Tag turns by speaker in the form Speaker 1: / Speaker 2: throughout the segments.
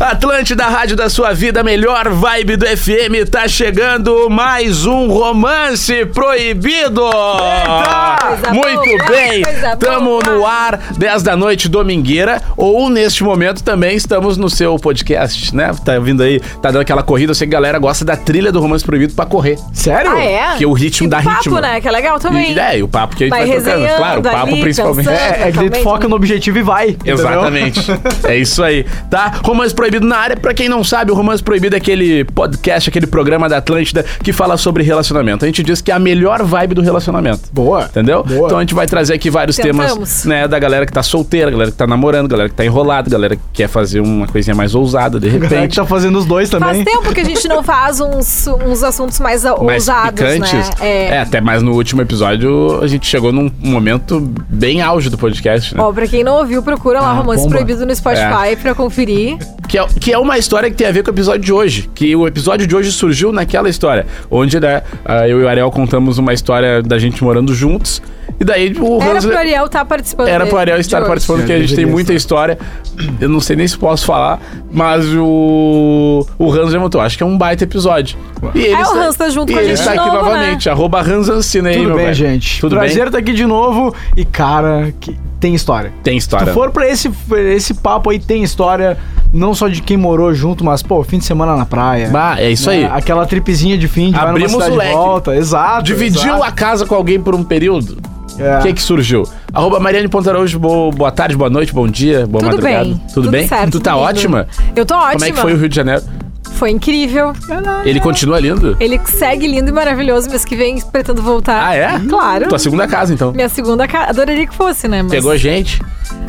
Speaker 1: Atlântida, rádio da sua vida, melhor vibe do FM, tá chegando mais um romance proibido! Muito
Speaker 2: boa,
Speaker 1: bem,
Speaker 2: coisa
Speaker 1: tamo
Speaker 2: boa.
Speaker 1: no ar, 10 da noite, domingueira, ou neste momento também estamos no seu podcast, né? Tá vindo aí, tá dando aquela corrida, eu sei que a galera gosta da trilha do romance proibido pra correr.
Speaker 3: Sério?
Speaker 4: Ah, é?
Speaker 1: Que o ritmo
Speaker 4: E
Speaker 1: dá
Speaker 4: papo,
Speaker 1: ritmo.
Speaker 4: né? Que é legal também.
Speaker 1: E, é, e o papo que a gente
Speaker 4: Vai
Speaker 1: vai, trocando,
Speaker 4: resenhando
Speaker 1: claro, o papo
Speaker 4: ali,
Speaker 1: principalmente.
Speaker 4: pensando.
Speaker 1: É,
Speaker 3: É que a gente
Speaker 4: Exatamente.
Speaker 3: foca no objetivo e vai. entendeu?
Speaker 1: Exatamente. é isso aí, tá? Romance Proibido na área. Pra quem não sabe, o Romance Proibido é aquele podcast, aquele programa da Atlântida que fala sobre relacionamento. A gente diz que é a melhor vibe do relacionamento.
Speaker 3: Boa.
Speaker 1: Entendeu?
Speaker 3: Boa.
Speaker 1: Então a gente vai trazer aqui vários temas,
Speaker 4: Tentamos.
Speaker 1: né, da galera que tá solteira, galera que tá namorando, galera que tá enrolada, galera que quer fazer uma coisinha mais ousada de
Speaker 3: A gente
Speaker 1: repente.
Speaker 3: tá fazendo os dois
Speaker 4: Faz
Speaker 3: também.
Speaker 4: tempo que a gente não faz uns, uns assuntos mais ah,
Speaker 1: mais
Speaker 4: ousados,
Speaker 1: picantes.
Speaker 4: né? É.
Speaker 1: É, até mais no último episódio a gente chegou num momento bem auge do podcast, né?
Speaker 4: Ó, pra quem não ouviu, procura lá
Speaker 3: Ah,
Speaker 4: Romance
Speaker 3: bomba.
Speaker 4: Proibido no Spotify
Speaker 1: É.
Speaker 4: pra conferir.
Speaker 1: Que é, que é uma história que tem a ver com o episódio de hoje. Que o episódio de hoje surgiu naquela história. Onde, né, ah, eu e o Ariel contamos uma história da gente morando juntos. E daí tipo, o
Speaker 4: Era
Speaker 1: Hans-
Speaker 4: pro Ariel estar participando.
Speaker 1: Era pro
Speaker 4: de-
Speaker 1: Ariel
Speaker 4: de
Speaker 1: estar
Speaker 4: hoje.
Speaker 1: participando,
Speaker 3: É,
Speaker 1: porque a gente tem
Speaker 3: deveria
Speaker 1: muita história. Eu não sei nem se posso falar, mas o. O Hans levantou. Acho que é um baita episódio. E ele
Speaker 4: É, o
Speaker 1: está-
Speaker 4: Hans tá junto
Speaker 1: e
Speaker 4: com a
Speaker 1: ele
Speaker 4: gente
Speaker 1: está
Speaker 4: de
Speaker 1: aqui
Speaker 4: novo, né?
Speaker 1: novamente. Arroba Hans Ancina aí,
Speaker 3: Tudo
Speaker 1: meu
Speaker 3: bem,
Speaker 1: velho.
Speaker 3: gente.
Speaker 1: Tudo
Speaker 3: Prazer
Speaker 1: bem?
Speaker 3: estar aqui de novo. E, cara, que tem história.
Speaker 1: Tem
Speaker 3: Se
Speaker 1: história.
Speaker 3: tu for pra esse, esse papo aí, tem história. Não só de quem morou junto, mas, pô, fim de semana na praia.
Speaker 1: Bah, é isso aí.
Speaker 3: Né? Aquela tripezinha de fim de vai numa
Speaker 1: Abrimos
Speaker 3: cidade
Speaker 1: o
Speaker 3: de
Speaker 1: leque.
Speaker 3: volta. Exato.
Speaker 1: Dividiu a
Speaker 3: exato.
Speaker 1: casa com alguém por um período.
Speaker 3: É.
Speaker 1: O que que surgiu? Arroba Mariane Pontaroujo, bo- boa tarde, boa noite, bom dia, boa
Speaker 4: Tudo
Speaker 1: madrugada.
Speaker 4: bem.
Speaker 1: Tudo, bem?
Speaker 4: certo,
Speaker 1: tu tá
Speaker 4: tudo lindo.
Speaker 1: ótima?
Speaker 4: Eu tô ótima.
Speaker 1: Como é que foi o Rio de Janeiro?
Speaker 4: Foi incrível.
Speaker 1: Ele continua lindo?
Speaker 4: Ele segue lindo e maravilhoso, mas que vem pretendo voltar.
Speaker 1: Ah, é?
Speaker 4: Claro.
Speaker 1: Tua segunda casa, então.
Speaker 4: Minha segunda casa. Adoraria que fosse, né? Mas...
Speaker 1: Pegou gente?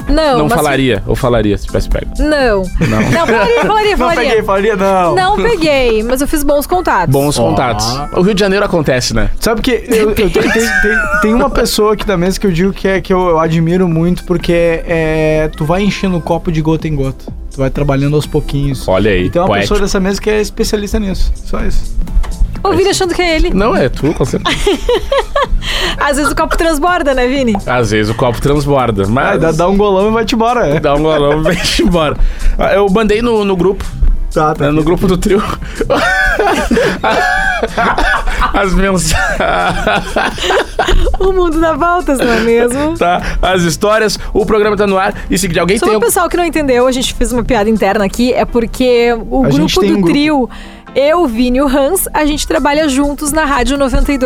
Speaker 4: Não,
Speaker 1: Não
Speaker 4: mas-
Speaker 1: falaria. Ou falaria, se tivesse pego.
Speaker 4: Não. Não. falaria, falaria,
Speaker 3: Não
Speaker 4: falaria.
Speaker 3: peguei, faria não.
Speaker 4: Não peguei, mas eu fiz bons contatos.
Speaker 1: Bons contatos. O Rio de Janeiro acontece, né?
Speaker 3: Sabe que eu, eu tenho- tem, tem- tem uma pessoa aqui da mesa que eu digo que, é, que eu, eu admiro muito, porque é, tu vai enchendo o copo de gota em gota. Tu vai trabalhando aos pouquinhos.
Speaker 1: Olha aí,
Speaker 3: E tem uma
Speaker 1: poético.
Speaker 3: pessoa dessa mesa que é especialista nisso. Só isso.
Speaker 4: O Vini achando que é ele.
Speaker 1: Não, é tu, com certeza.
Speaker 4: Às vezes o copo transborda, né, Vini?
Speaker 1: Às vezes o copo transborda,
Speaker 3: Aí
Speaker 1: mas...
Speaker 3: dá, dá um golão e vai-te embora. é.
Speaker 1: Dá um golão e vem embora. Ah, Eu mandei no, no grupo,
Speaker 3: Tá, tá.
Speaker 1: né, no grupo do trio. As mensagens...
Speaker 4: O mundo dá voltas, não é mesmo?
Speaker 1: tá? As histórias, o programa tá no ar. E se alguém
Speaker 4: Só
Speaker 1: tem
Speaker 4: o pessoal que não entendeu, a gente fez uma piada interna aqui, é porque o
Speaker 3: A gente
Speaker 4: grupo
Speaker 3: tem
Speaker 4: do
Speaker 3: um grupo.
Speaker 4: trio, eu, Vini e o Hans, a gente trabalha juntos na Rádio 92.1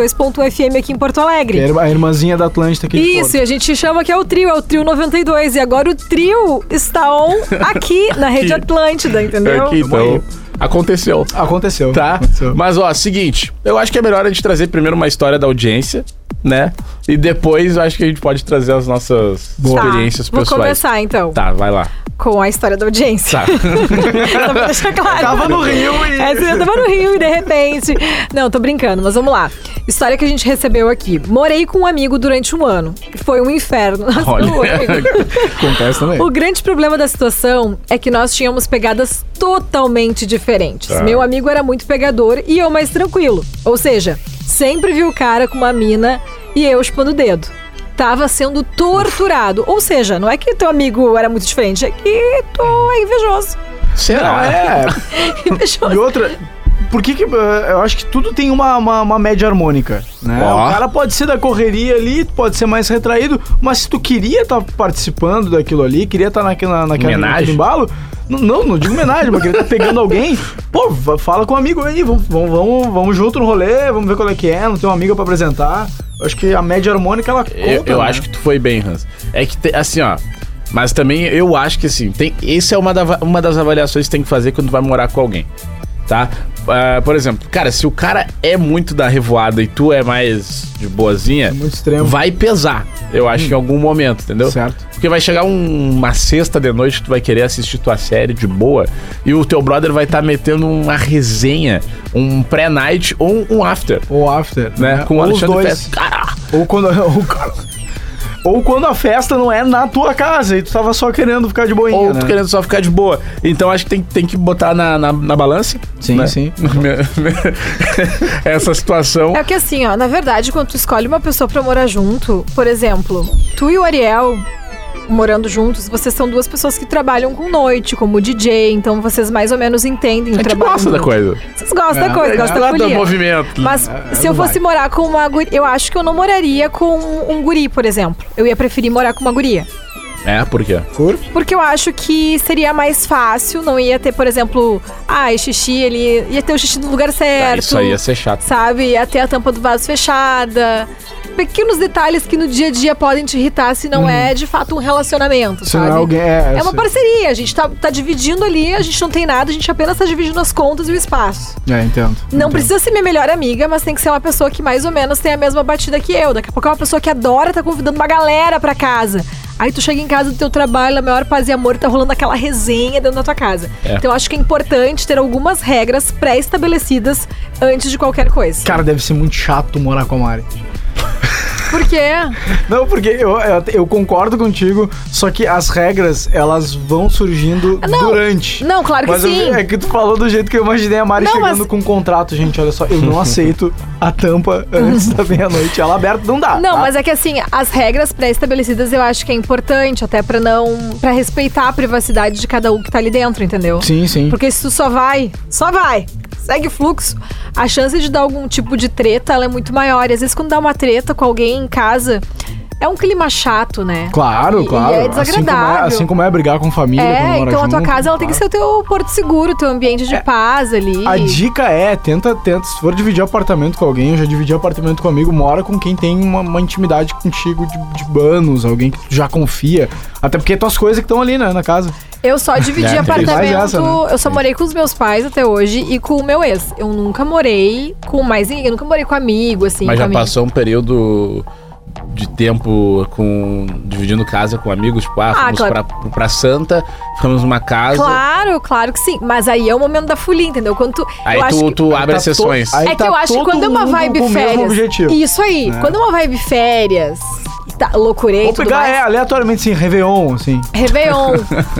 Speaker 4: FM aqui em Porto
Speaker 3: Que é a
Speaker 4: Alegre.
Speaker 3: irmã- a irmãzinha da Atlântida aqui de
Speaker 4: Isso, e a gente chama que é o trio, é o trio 92. E agora o trio está on aqui na Rede
Speaker 1: Aqui.
Speaker 4: Atlântida, entendeu?
Speaker 1: aqui, então. Aconteceu.
Speaker 3: fora. Aconteceu.
Speaker 1: Tá?
Speaker 3: Aconteceu.
Speaker 1: Mas ó, seguinte, eu acho que é melhor a gente trazer primeiro uma história da audiência, né? E depois eu acho que a gente pode trazer as nossas
Speaker 4: Tá,
Speaker 1: experiências
Speaker 4: vou
Speaker 1: pessoais.
Speaker 4: começar então
Speaker 1: Tá, vai lá.
Speaker 4: com a história da audiência.
Speaker 1: Tá.
Speaker 4: Só pra deixar claro.
Speaker 3: Tava no Rio e...
Speaker 4: Essa eu tava no Rio e de repente. Não, tô brincando, mas vamos lá. História que a gente recebeu aqui. Morei com um amigo durante um ano. Foi um inferno. Nossa, não,
Speaker 1: Olha.
Speaker 4: amigo.
Speaker 3: Acontece também.
Speaker 4: O grande problema da situação é que nós tínhamos pegadas totalmente diferentes.
Speaker 1: Tá.
Speaker 4: Meu amigo era muito pegador e eu mais tranquilo. Ou seja, sempre vi o cara com uma mina e eu chupando o dedo. Tava sendo torturado. Ou seja, não é que teu amigo era muito diferente, é que tu é invejoso.
Speaker 3: Não,
Speaker 4: Tá.
Speaker 1: Será?
Speaker 3: é...
Speaker 4: Invejoso.
Speaker 3: E outra, por que que. eh, Eu acho que tudo tem uma, uma, uma média harmônica, né?
Speaker 1: Ó.
Speaker 3: O cara pode ser da correria ali, pode ser mais retraído, mas se tu queria estar participando daquilo ali, queria estar naquela, naquela
Speaker 1: Homenagem?
Speaker 3: naquele embalo. n- Não, não digo homenagem, mas queria estar pegando alguém. Pô, va- fala com um amigo aí, vamos, vamos, vamos, vamos junto no rolê, vamos ver qual é que é, não tem um amigo pra apresentar. Eu acho que a média harmônica ela conta.
Speaker 1: Eu, eu
Speaker 3: né?
Speaker 1: acho que tu foi bem, Hans. É que, te- assim, ó. Mas também eu acho que, assim, tem, essa é uma, da- uma das avaliações que tem que fazer quando tu vai morar com alguém, tá? Ah, por exemplo, cara, se o cara é muito da revoada e tu é mais de boazinha,
Speaker 3: É Muito extremo. Hum.
Speaker 1: vai pesar, eu acho, em algum momento, entendeu?
Speaker 3: Certo.
Speaker 1: Porque vai chegar um- uma sexta de noite que tu vai querer assistir tua série de boa e o teu brother vai estar metendo uma resenha, um pré-night ou um after,
Speaker 3: Ou after,
Speaker 1: né? Com o
Speaker 3: É, Ou os
Speaker 1: Alexandre
Speaker 3: dois.
Speaker 1: Fest. Cara,
Speaker 3: Ou quando. Ou, cara. Ou quando a festa não é na tua casa e tu tava só querendo ficar de boinha,
Speaker 1: Ou
Speaker 3: né?
Speaker 1: tu querendo só ficar de boa. Então acho que tem, tem que botar na, na, na balança. né?
Speaker 3: Sim, sim.
Speaker 1: Essa situação.
Speaker 4: É que assim, ó, na verdade, quando tu escolhe uma pessoa pra morar junto, por exemplo, tu e o Ariel morando juntos, vocês são duas pessoas que trabalham com noite, como DJ, então vocês mais ou menos entendem o
Speaker 1: A gente
Speaker 4: trabalho.
Speaker 1: É gosta da
Speaker 4: junto.
Speaker 1: coisa.
Speaker 4: Vocês gostam
Speaker 1: É.
Speaker 4: da coisa, gostam da
Speaker 1: Gosta do
Speaker 4: folia.
Speaker 1: movimento. né?
Speaker 4: Mas se eu fosse morar com uma guri, eu acho que eu não moraria com um guri, por exemplo. Eu ia preferir morar com uma guria.
Speaker 1: É, por quê?
Speaker 4: Porque eu acho que seria mais fácil, não ia ter, por exemplo, ah, xixi, ele ia ter o xixi no lugar certo.
Speaker 1: Isso aí ia ser chato.
Speaker 4: Sabe? Ia ter a tampa do vaso fechada. Pequenos detalhes que no dia a dia podem te irritar se não é de fato um relacionamento,
Speaker 3: Hum. Se não
Speaker 4: sabe?
Speaker 3: é alguém. É,
Speaker 4: É uma
Speaker 3: se-
Speaker 4: parceria, a gente tá, tá dividindo ali, a gente não tem nada, a gente apenas tá dividindo as contas e o espaço.
Speaker 3: É, entendo.
Speaker 4: Não precisa ser minha melhor amiga, mas tem que ser uma pessoa que mais ou menos tem a mesma batida que eu. Daqui a pouco é uma pessoa que adora tá convidando uma galera pra casa. Aí tu chega em casa do teu trabalho, a maior paz e amor, tá rolando aquela resenha dentro da tua casa.
Speaker 1: É.
Speaker 4: Então eu acho que é importante ter algumas regras pré-estabelecidas antes de qualquer coisa.
Speaker 3: Cara, deve ser muito chato morar com a Mari.
Speaker 4: Por quê?
Speaker 3: Não, porque eu, eu, eu concordo contigo, só que as regras, elas vão surgindo
Speaker 4: Ah, não.
Speaker 3: durante.
Speaker 4: Não, claro que
Speaker 3: Mas eu-
Speaker 4: sim.
Speaker 3: é que tu falou do jeito que eu imaginei a Mari
Speaker 4: Não,
Speaker 3: chegando
Speaker 4: mas-
Speaker 3: com um contrato, gente. Olha só, eu não aceito a tampa antes da meia-noite. Ela aberta, não dá.
Speaker 4: Não,
Speaker 3: tá?
Speaker 4: mas é que assim, as regras pré-estabelecidas eu acho que é importante, até pra não. para respeitar a privacidade de cada um que tá ali dentro, entendeu?
Speaker 3: Sim, sim.
Speaker 4: Porque se tu só vai, só vai, segue o fluxo, a chance de dar algum tipo de treta ela é muito maior. E às vezes quando dá uma treta com alguém em casa, é um clima chato, né?
Speaker 3: Claro,
Speaker 4: E- e
Speaker 3: claro.
Speaker 4: é
Speaker 3: Assim como é,
Speaker 4: desagradável.
Speaker 3: assim como é brigar com família, quando
Speaker 4: É,
Speaker 3: mora
Speaker 4: então a tua
Speaker 3: junto,
Speaker 4: casa ela tem
Speaker 3: claro. É,
Speaker 4: que ser o teu porto seguro, teu ambiente de paz ali.
Speaker 3: A dica é, tenta, tenta, se for dividir apartamento com alguém, eu já dividi apartamento comigo, mora com quem tem uma, uma intimidade contigo de, de anos, alguém que tu já confia. Até porque é tuas coisas que estão ali, né, na casa.
Speaker 4: Eu só dividi
Speaker 1: É,
Speaker 3: tem
Speaker 4: apartamento.
Speaker 3: mais essa, né?
Speaker 4: Eu só morei com os meus pais até hoje e com o meu ex. Eu nunca morei com mais ninguém, eu nunca morei com amigo, assim.
Speaker 1: Mas
Speaker 4: com
Speaker 1: já
Speaker 4: amigo.
Speaker 1: passou um período de tempo com dividindo casa com amigos, tipo, ah,
Speaker 4: Ah,
Speaker 1: fomos
Speaker 4: claro.
Speaker 1: pra, pra Santa, ficamos numa casa.
Speaker 3: um.
Speaker 4: Claro, claro que sim. Mas aí é o momento da folia, entendeu? Quando tu,
Speaker 1: Aí
Speaker 4: eu acho
Speaker 1: tu,
Speaker 4: que-
Speaker 1: tu abre
Speaker 3: tá
Speaker 1: as sessões.
Speaker 3: to- aí-
Speaker 4: é que eu
Speaker 3: tá
Speaker 4: acho que
Speaker 3: todo
Speaker 4: quando é uma
Speaker 3: mundo
Speaker 4: vibe
Speaker 3: com o mesmo
Speaker 4: férias.
Speaker 3: objetivo. né?
Speaker 4: Isso aí, quando é uma vibe férias, tá, loucurei,
Speaker 3: Vou
Speaker 4: tudo
Speaker 3: pegar,
Speaker 4: mais.
Speaker 3: é, aleatoriamente, assim, Réveillon, assim.
Speaker 4: Réveillon,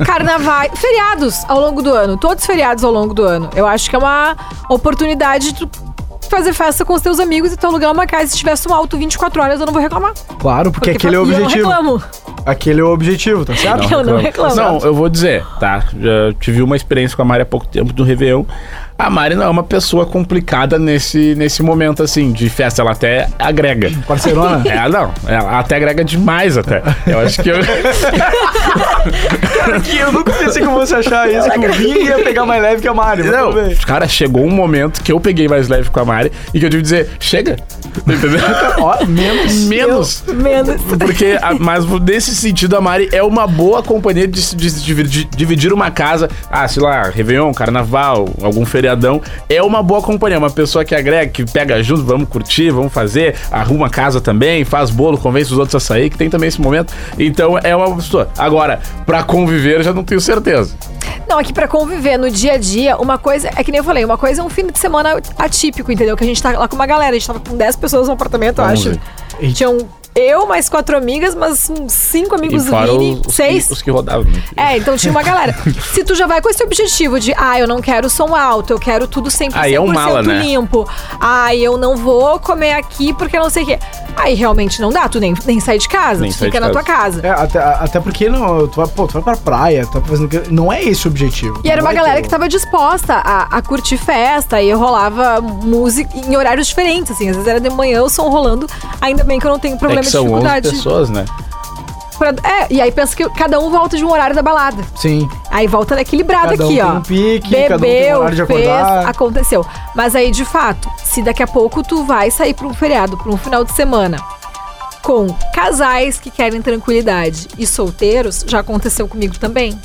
Speaker 4: carnaval, feriados ao longo do ano, todos feriados ao longo do ano. Eu acho que é uma oportunidade de tu fazer festa com os teus amigos e tu alugar uma casa. Se tivesse um alto 24 horas, eu não vou reclamar.
Speaker 3: Claro, porque, aquele é o
Speaker 4: e Eu
Speaker 3: objetivo.
Speaker 4: não reclamo.
Speaker 3: Aquele é o objetivo, tá certo?
Speaker 4: eu não reclamo.
Speaker 1: Não, eu vou dizer, tá? Já tive uma experiência com a Mari há pouco tempo do Réveillon. A Mari não é uma pessoa complicada nesse, nesse momento, assim, de festa. Ela até agrega.
Speaker 3: Barcelona.
Speaker 1: Ela não, ela até agrega demais até. Eu acho que eu.
Speaker 3: que eu nunca pensei que eu fosse achar isso, que o Vini ia pegar mais leve que a Mari. mas
Speaker 1: Não,
Speaker 3: tudo bem.
Speaker 1: cara, chegou um momento que eu peguei mais leve com a Mari e que eu tive que dizer, chega. Entendeu?
Speaker 3: Ó, menos.
Speaker 1: Menos.
Speaker 4: Menos.
Speaker 1: Porque, a- mas nesse sentido, a Mari é uma boa companhia de, se- de se dividir- dividir uma casa. Ah, sei lá, Réveillon, Carnaval, algum feriadão. É uma boa companhia. Uma pessoa que agrega, que pega junto, vamos curtir, vamos fazer, arruma a casa também, faz bolo, convence os outros a sair, que tem também esse momento. Então é uma pessoa. Agora, pra conviver, eu já não tenho certeza.
Speaker 4: Não, aqui pra conviver no dia a dia, uma coisa, é que nem eu falei, uma coisa é um fim de semana atípico, entendeu? Que a gente tá lá com uma galera, a gente tava com 10 pessoas no apartamento, eu acho.
Speaker 1: Onze.
Speaker 4: Tinham eu, mais quatro amigas, mas uns cinco amigos
Speaker 1: fora
Speaker 4: Vini,
Speaker 1: os- os,
Speaker 4: seis.
Speaker 1: que- os que rodavam. né?
Speaker 4: É, então tinha uma galera. Se tu já vai com esse objetivo de, ah, eu não quero som alto, eu quero tudo 100%,
Speaker 1: Aí é um mala, né?
Speaker 4: limpo. Ah, eu não vou comer aqui porque não sei o quê. Aí realmente não dá, tu nem, nem sai de casa,
Speaker 1: Nem
Speaker 4: tu
Speaker 1: sai
Speaker 4: fica
Speaker 1: de
Speaker 4: na
Speaker 1: casa.
Speaker 4: tua casa.
Speaker 3: É, até, até porque não, tu vai, pô, tu vai pra praia, tu vai fazendo. que- Não é esse o objetivo.
Speaker 4: E era
Speaker 3: Não
Speaker 4: uma
Speaker 3: é
Speaker 4: galera
Speaker 3: teu-
Speaker 4: que tá tava disposta a, a curtir festa e rolava música em horários diferentes, assim. Às vezes era de manhã o som rolando, ainda bem que eu não tenho
Speaker 1: É
Speaker 4: problema
Speaker 1: que
Speaker 4: de
Speaker 1: são 11
Speaker 4: dificuldade.
Speaker 1: pessoas, né?
Speaker 4: Pra- é, e aí pensa que cada um volta de um horário da balada.
Speaker 3: Sim.
Speaker 4: Aí volta equilibrado
Speaker 3: Cada um
Speaker 4: Ah, tá aqui,
Speaker 3: tem
Speaker 4: ó.
Speaker 3: um pique,
Speaker 4: Bebeu,
Speaker 3: cada um tem um horário de
Speaker 4: fez,
Speaker 3: acordar.
Speaker 4: aconteceu. Mas aí, de fato, se daqui a pouco tu vai sair pra um feriado, pra um final de semana, com casais que querem tranquilidade e solteiros, já aconteceu comigo também.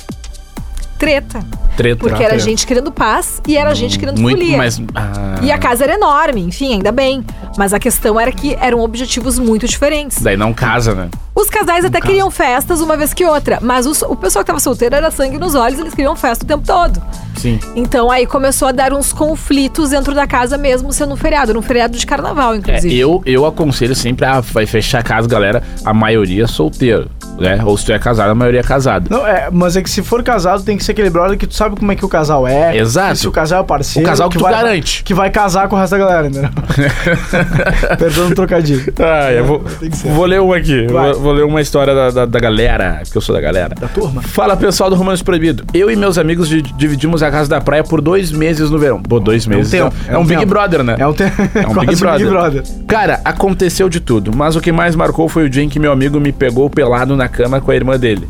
Speaker 4: Treta.
Speaker 1: Treta.
Speaker 4: Porque era
Speaker 1: treta.
Speaker 4: gente querendo paz e era gente querendo
Speaker 1: Muito
Speaker 4: folia.
Speaker 1: mais. Ah.
Speaker 4: E a casa era enorme, enfim, ainda bem. Mas a questão era que eram objetivos muito diferentes.
Speaker 1: Daí não casa, né?
Speaker 4: Os casais até queriam festas uma vez que outra, mas os- o pessoal que tava solteiro era sangue nos olhos, eles queriam festa o tempo todo.
Speaker 1: Sim.
Speaker 4: Então aí começou a dar uns conflitos dentro da casa mesmo sendo um feriado, era um feriado de carnaval,
Speaker 1: É,
Speaker 4: inclusive.
Speaker 1: eu, eu aconselho sempre a vai fechar a casa, galera. A maioria é solteiro, né? Ou se tu é casado, a maioria é casado.
Speaker 3: Não, é, mas é que se for casado, tem que ser aquele brother que tu sabe como é que o casal é.
Speaker 1: Exato.
Speaker 3: E se o casal é
Speaker 1: O
Speaker 3: parceiro.
Speaker 1: casal que tu
Speaker 3: vai,
Speaker 1: garante.
Speaker 3: Que vai casar com o resto da galera, entendeu? Perdão o trocadilho.
Speaker 1: Ah, eu vou,
Speaker 3: Tem que ser.
Speaker 1: vou ler uma aqui.
Speaker 3: Vai.
Speaker 1: Vou, vou ler uma história da, da, da galera, porque eu sou da galera.
Speaker 3: Da turma?
Speaker 1: Fala pessoal do Romance Proibido. Eu e meus amigos di- dividimos a casa da praia por dois meses no verão. Pô, dois meses.
Speaker 3: tempo,
Speaker 1: É um,
Speaker 3: é um
Speaker 1: Big
Speaker 3: tempo.
Speaker 1: Brother, né?
Speaker 3: É um, te...
Speaker 1: É um
Speaker 3: quase
Speaker 1: Big Brother.
Speaker 3: Big Brother.
Speaker 1: Cara, aconteceu de tudo, mas o que mais marcou foi o dia em que meu amigo me pegou pelado na cama com a irmã dele.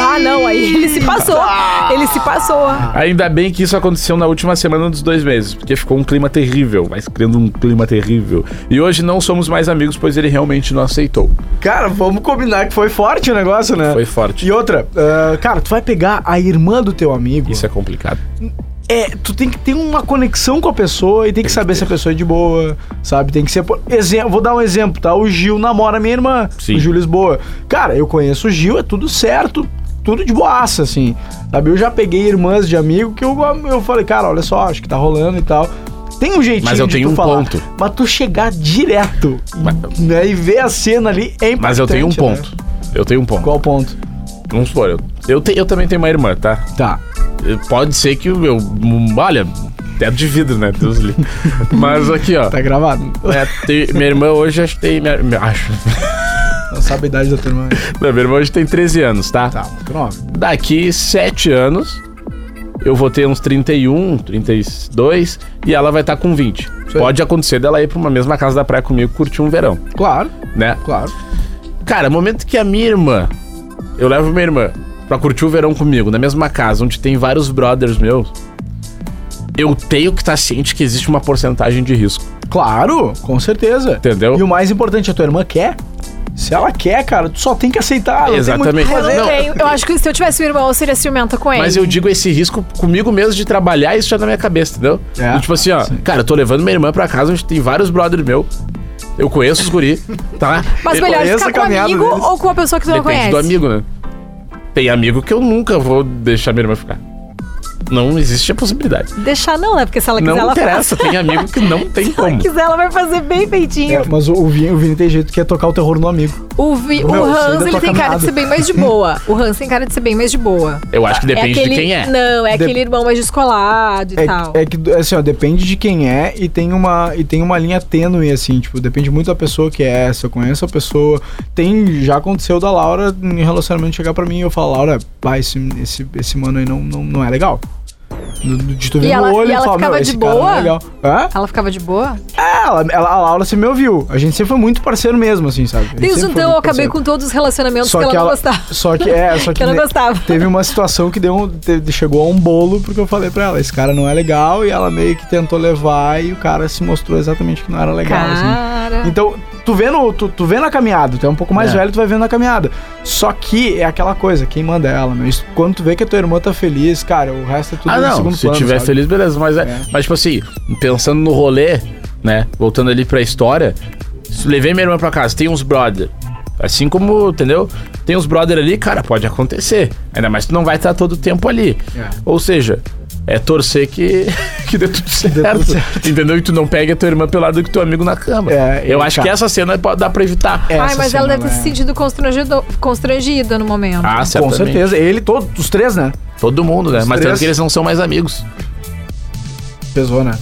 Speaker 4: Ah, não, aí ele se passou.
Speaker 1: Ah!
Speaker 4: Ele se passou.
Speaker 1: Ainda bem que isso aconteceu na última semana dos dois meses, porque ficou um clima terrível, mas criando um clima terrível. E hoje não somos mais amigos, pois ele realmente não aceitou.
Speaker 3: Cara, vamos combinar que foi forte o negócio, né?
Speaker 1: Foi forte.
Speaker 3: E outra, ah, cara, tu vai pegar a irmã do teu amigo.
Speaker 1: Isso é complicado.
Speaker 3: É, tu tem que ter uma conexão com a pessoa e tem que saber se a pessoa é de boa, sabe? Tem que ser. por Exemplo, vou dar um exemplo, tá? O Gil namora minha irmã,
Speaker 1: Sim.
Speaker 3: o Gil Lisboa. Cara, eu conheço o Gil, é tudo certo, tudo de boaça, assim. Sabe? Eu já peguei irmãs de amigo que eu, eu falei, cara, olha só, acho que tá rolando e tal. Tem um jeitinho
Speaker 1: Mas eu
Speaker 3: de
Speaker 1: tenho
Speaker 3: tu
Speaker 1: um
Speaker 3: falar,
Speaker 1: ponto.
Speaker 3: Mas tu chegar direto
Speaker 1: Mas-
Speaker 3: né, e ver a cena ali é importante.
Speaker 1: Mas eu tenho um
Speaker 3: né?
Speaker 1: ponto. Eu tenho um ponto.
Speaker 3: Qual ponto?
Speaker 1: Vamos supor, eu, eu, te- eu também tenho uma irmã, tá?
Speaker 3: Tá.
Speaker 1: Eh, Pode ser que o meu. hum, Olha, teto de vidro, né? Deus livre. Mas aqui, ó.
Speaker 3: Tá gravado.
Speaker 1: É, tem- minha irmã hoje acho que tem. Minha, minha- acho.
Speaker 3: Não sabe a idade da tua irmã.
Speaker 1: Não, minha irmã hoje tem 13 anos, tá?
Speaker 3: Tá, pronto.
Speaker 1: Daqui 7 anos, eu vou ter uns 31, 32 e ela vai estar com 20.
Speaker 3: Sim.
Speaker 1: Pode acontecer dela ir pra uma mesma casa da praia comigo curtir um verão,
Speaker 3: Claro,
Speaker 1: né?
Speaker 3: claro.
Speaker 1: Cara, momento que a minha irmã. Eu levo minha irmã pra curtir o verão comigo, na mesma casa, onde tem vários brothers meus. Eu tenho que estar ciente que existe uma porcentagem de risco,
Speaker 3: Claro, com certeza.
Speaker 1: entendeu?
Speaker 3: E o mais importante, a tua irmã quer? Se ela quer, cara, tu só tem que aceitar. Não tem muito o
Speaker 1: Exatamente.
Speaker 3: que
Speaker 4: Eu
Speaker 3: fazer.
Speaker 4: não
Speaker 1: Não.
Speaker 4: tenho. Eu acho que se eu tivesse um irmão, eu seria ciumenta com ele.
Speaker 1: Mas eu digo esse risco comigo mesmo de trabalhar isso já na minha cabeça, entendeu?
Speaker 3: É.
Speaker 1: E tipo assim, ó, cara, eu tô levando minha irmã pra casa onde tem vários brothers meus. Eu conheço os guri, tá?
Speaker 4: Mas
Speaker 1: Eu-
Speaker 4: melhor
Speaker 3: conheço
Speaker 4: ficar
Speaker 3: a
Speaker 4: com um
Speaker 3: caminhada
Speaker 4: amigo
Speaker 3: deles.
Speaker 4: ou com uma pessoa que tu não
Speaker 1: Depende
Speaker 4: conhece?
Speaker 1: do amigo, né? Tem amigo que eu nunca vou deixar minha irmã ficar. Não existe a possibilidade.
Speaker 4: Deixar não, né? Porque se ela quiser,
Speaker 1: não
Speaker 4: ela faz.
Speaker 1: interessa, tem amigo que não tem
Speaker 4: Se ela
Speaker 1: como.
Speaker 4: quiser, ela vai fazer bem feitinho.
Speaker 3: É, mas o, o Vini, o Vini tem jeito que é tocar o terror no amigo.
Speaker 4: O, Vi- o
Speaker 3: Não, isso
Speaker 4: Hans,
Speaker 3: ainda
Speaker 4: ele
Speaker 3: toca
Speaker 4: tem cara de
Speaker 3: nada.
Speaker 4: ser bem mais de boa. O Hans tem cara de ser bem mais de boa.
Speaker 1: Eu acho que depende
Speaker 4: é aquele,
Speaker 1: de quem é.
Speaker 4: Não, é
Speaker 3: De-
Speaker 4: aquele irmão mais descolado e
Speaker 3: É,
Speaker 4: tal.
Speaker 3: é que, assim, ó, depende de quem é e tem, uma, e tem uma linha tênue, assim, tipo, depende muito da pessoa que é, se eu conheço a pessoa. Tem, já aconteceu da Laura em relacionamento chegar pra mim e eu falar, Laura, pai, esse, esse, esse mano aí não, não, não é legal. De tu
Speaker 4: E
Speaker 3: ver no
Speaker 4: ela-
Speaker 3: olho
Speaker 4: e ela
Speaker 3: falar,
Speaker 4: ficava
Speaker 3: meu,
Speaker 4: de
Speaker 3: esse cara não
Speaker 4: boa?
Speaker 3: é legal. Hã?
Speaker 4: Ela ficava de boa?
Speaker 3: É, ela, ela- a Laura sempre me ouviu. A gente sempre foi muito parceiro mesmo, assim, sabe? A gente
Speaker 4: Desde
Speaker 3: sempre foi
Speaker 4: então eu
Speaker 3: muito
Speaker 4: acabei
Speaker 3: parceiro.
Speaker 4: com todos os relacionamentos que ela, não gostava.
Speaker 3: Só que é, só que,
Speaker 4: Que ela
Speaker 3: ne-
Speaker 4: gostava.
Speaker 3: Teve uma situação que deu um, te- chegou a um bolo porque eu falei pra ela, esse cara não é legal e ela meio que tentou levar e o cara se mostrou exatamente que não era legal, assim.
Speaker 4: Cara.
Speaker 3: Então, tu vendo, tu, tu vendo a caminhada, tu é um pouco mais
Speaker 1: É.
Speaker 3: velho, tu vai vendo a caminhada. Só que é aquela coisa, quem manda é ela, meu. Isso- Quando tu vê que a tua irmã tá feliz, cara, o resto é tudo
Speaker 1: Ah,
Speaker 3: em
Speaker 1: não.
Speaker 3: segundo
Speaker 1: Se
Speaker 3: plano,
Speaker 1: tiver
Speaker 3: sabe?
Speaker 1: feliz, beleza. Mas, é-
Speaker 3: É.
Speaker 1: mas, tipo assim, pensando no rolê, né? Voltando ali pra história, se levei minha irmã pra casa, tem uns brother. Assim como, entendeu? Tem uns brother ali, cara, pode acontecer. Ainda mais que tu não vai estar todo o tempo ali.
Speaker 3: É.
Speaker 1: Ou seja, é torcer que, que dê tudo certo.
Speaker 3: dê tudo certo.
Speaker 1: Entendeu? E tu não pega a tua irmã pelo lado do teu amigo na cama.
Speaker 3: É,
Speaker 1: Eu
Speaker 3: e,
Speaker 1: acho
Speaker 3: cara-
Speaker 1: que essa cena pode- dá pra evitar.
Speaker 4: Ai,
Speaker 3: Essa
Speaker 4: mas ela
Speaker 3: cena,
Speaker 4: deve ter se
Speaker 3: é-
Speaker 4: sentido constrangido- constrangida no momento.
Speaker 1: Ah,
Speaker 3: Com
Speaker 1: certamente.
Speaker 3: certeza. Ele, todos, os três, né?
Speaker 1: Todo mundo, né?
Speaker 3: Os
Speaker 1: Mas tanto
Speaker 3: três.
Speaker 1: que eles não são mais amigos.
Speaker 3: Pesou, né?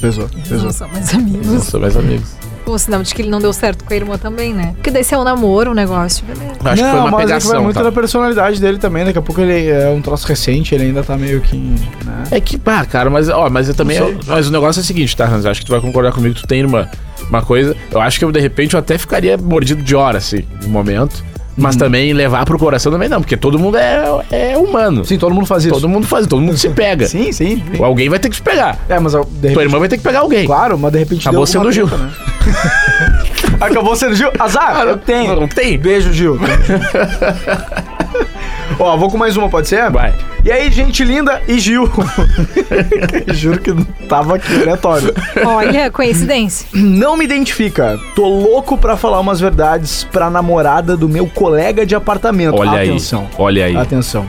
Speaker 3: Pesou,
Speaker 4: Eles
Speaker 3: pesou.
Speaker 4: não são mais amigos.
Speaker 1: Não são mais amigos.
Speaker 4: O sinal de que ele não deu certo com a irmã também, né? Porque daí se é um namoro, um negócio, beleza.
Speaker 1: Eu Acho
Speaker 3: não,
Speaker 1: que foi uma
Speaker 3: mas é que
Speaker 1: pegação.
Speaker 3: vai muito
Speaker 1: tá?
Speaker 3: da personalidade dele também. Daqui a pouco ele é um troço recente, ele ainda tá meio que. Né?
Speaker 1: É que, pá, cara, mas, ó, mas eu também.
Speaker 3: Não sei.
Speaker 1: eu- mas o negócio é o seguinte, tá, Hans? Eu acho que tu vai concordar comigo, tu tem irmã. Uma coisa, eu acho que eu, de repente, eu até ficaria mordido de hora, assim, no momento.
Speaker 3: Uhum.
Speaker 1: Mas também levar pro coração também não, porque todo mundo é, é humano.
Speaker 3: Sim, todo mundo faz isso.
Speaker 1: todo mundo faz, todo mundo se pega.
Speaker 3: Sim, sim. sim.
Speaker 1: Alguém vai ter que se pegar.
Speaker 3: É, mas ó, de
Speaker 1: Tua
Speaker 3: repente.
Speaker 1: irmã vai ter que pegar alguém.
Speaker 3: Claro, mas de repente.
Speaker 1: Acabou
Speaker 3: deu
Speaker 1: sendo o Gil.
Speaker 3: alguma treta, né? Acabou sendo o Gil. Azar, eu tenho.
Speaker 1: Não tem?
Speaker 3: Beijo, Gil. Ó, vou com mais uma, pode ser?
Speaker 1: Vai.
Speaker 3: E aí, gente linda e Gil. Juro que não tava aqui aleatório.
Speaker 4: Olha, coincidência.
Speaker 3: Não me identifica. Tô louco pra falar umas verdades pra namorada do meu colega de apartamento.
Speaker 1: Olha aí.
Speaker 3: Atenção.
Speaker 1: Olha aí.
Speaker 3: Atenção.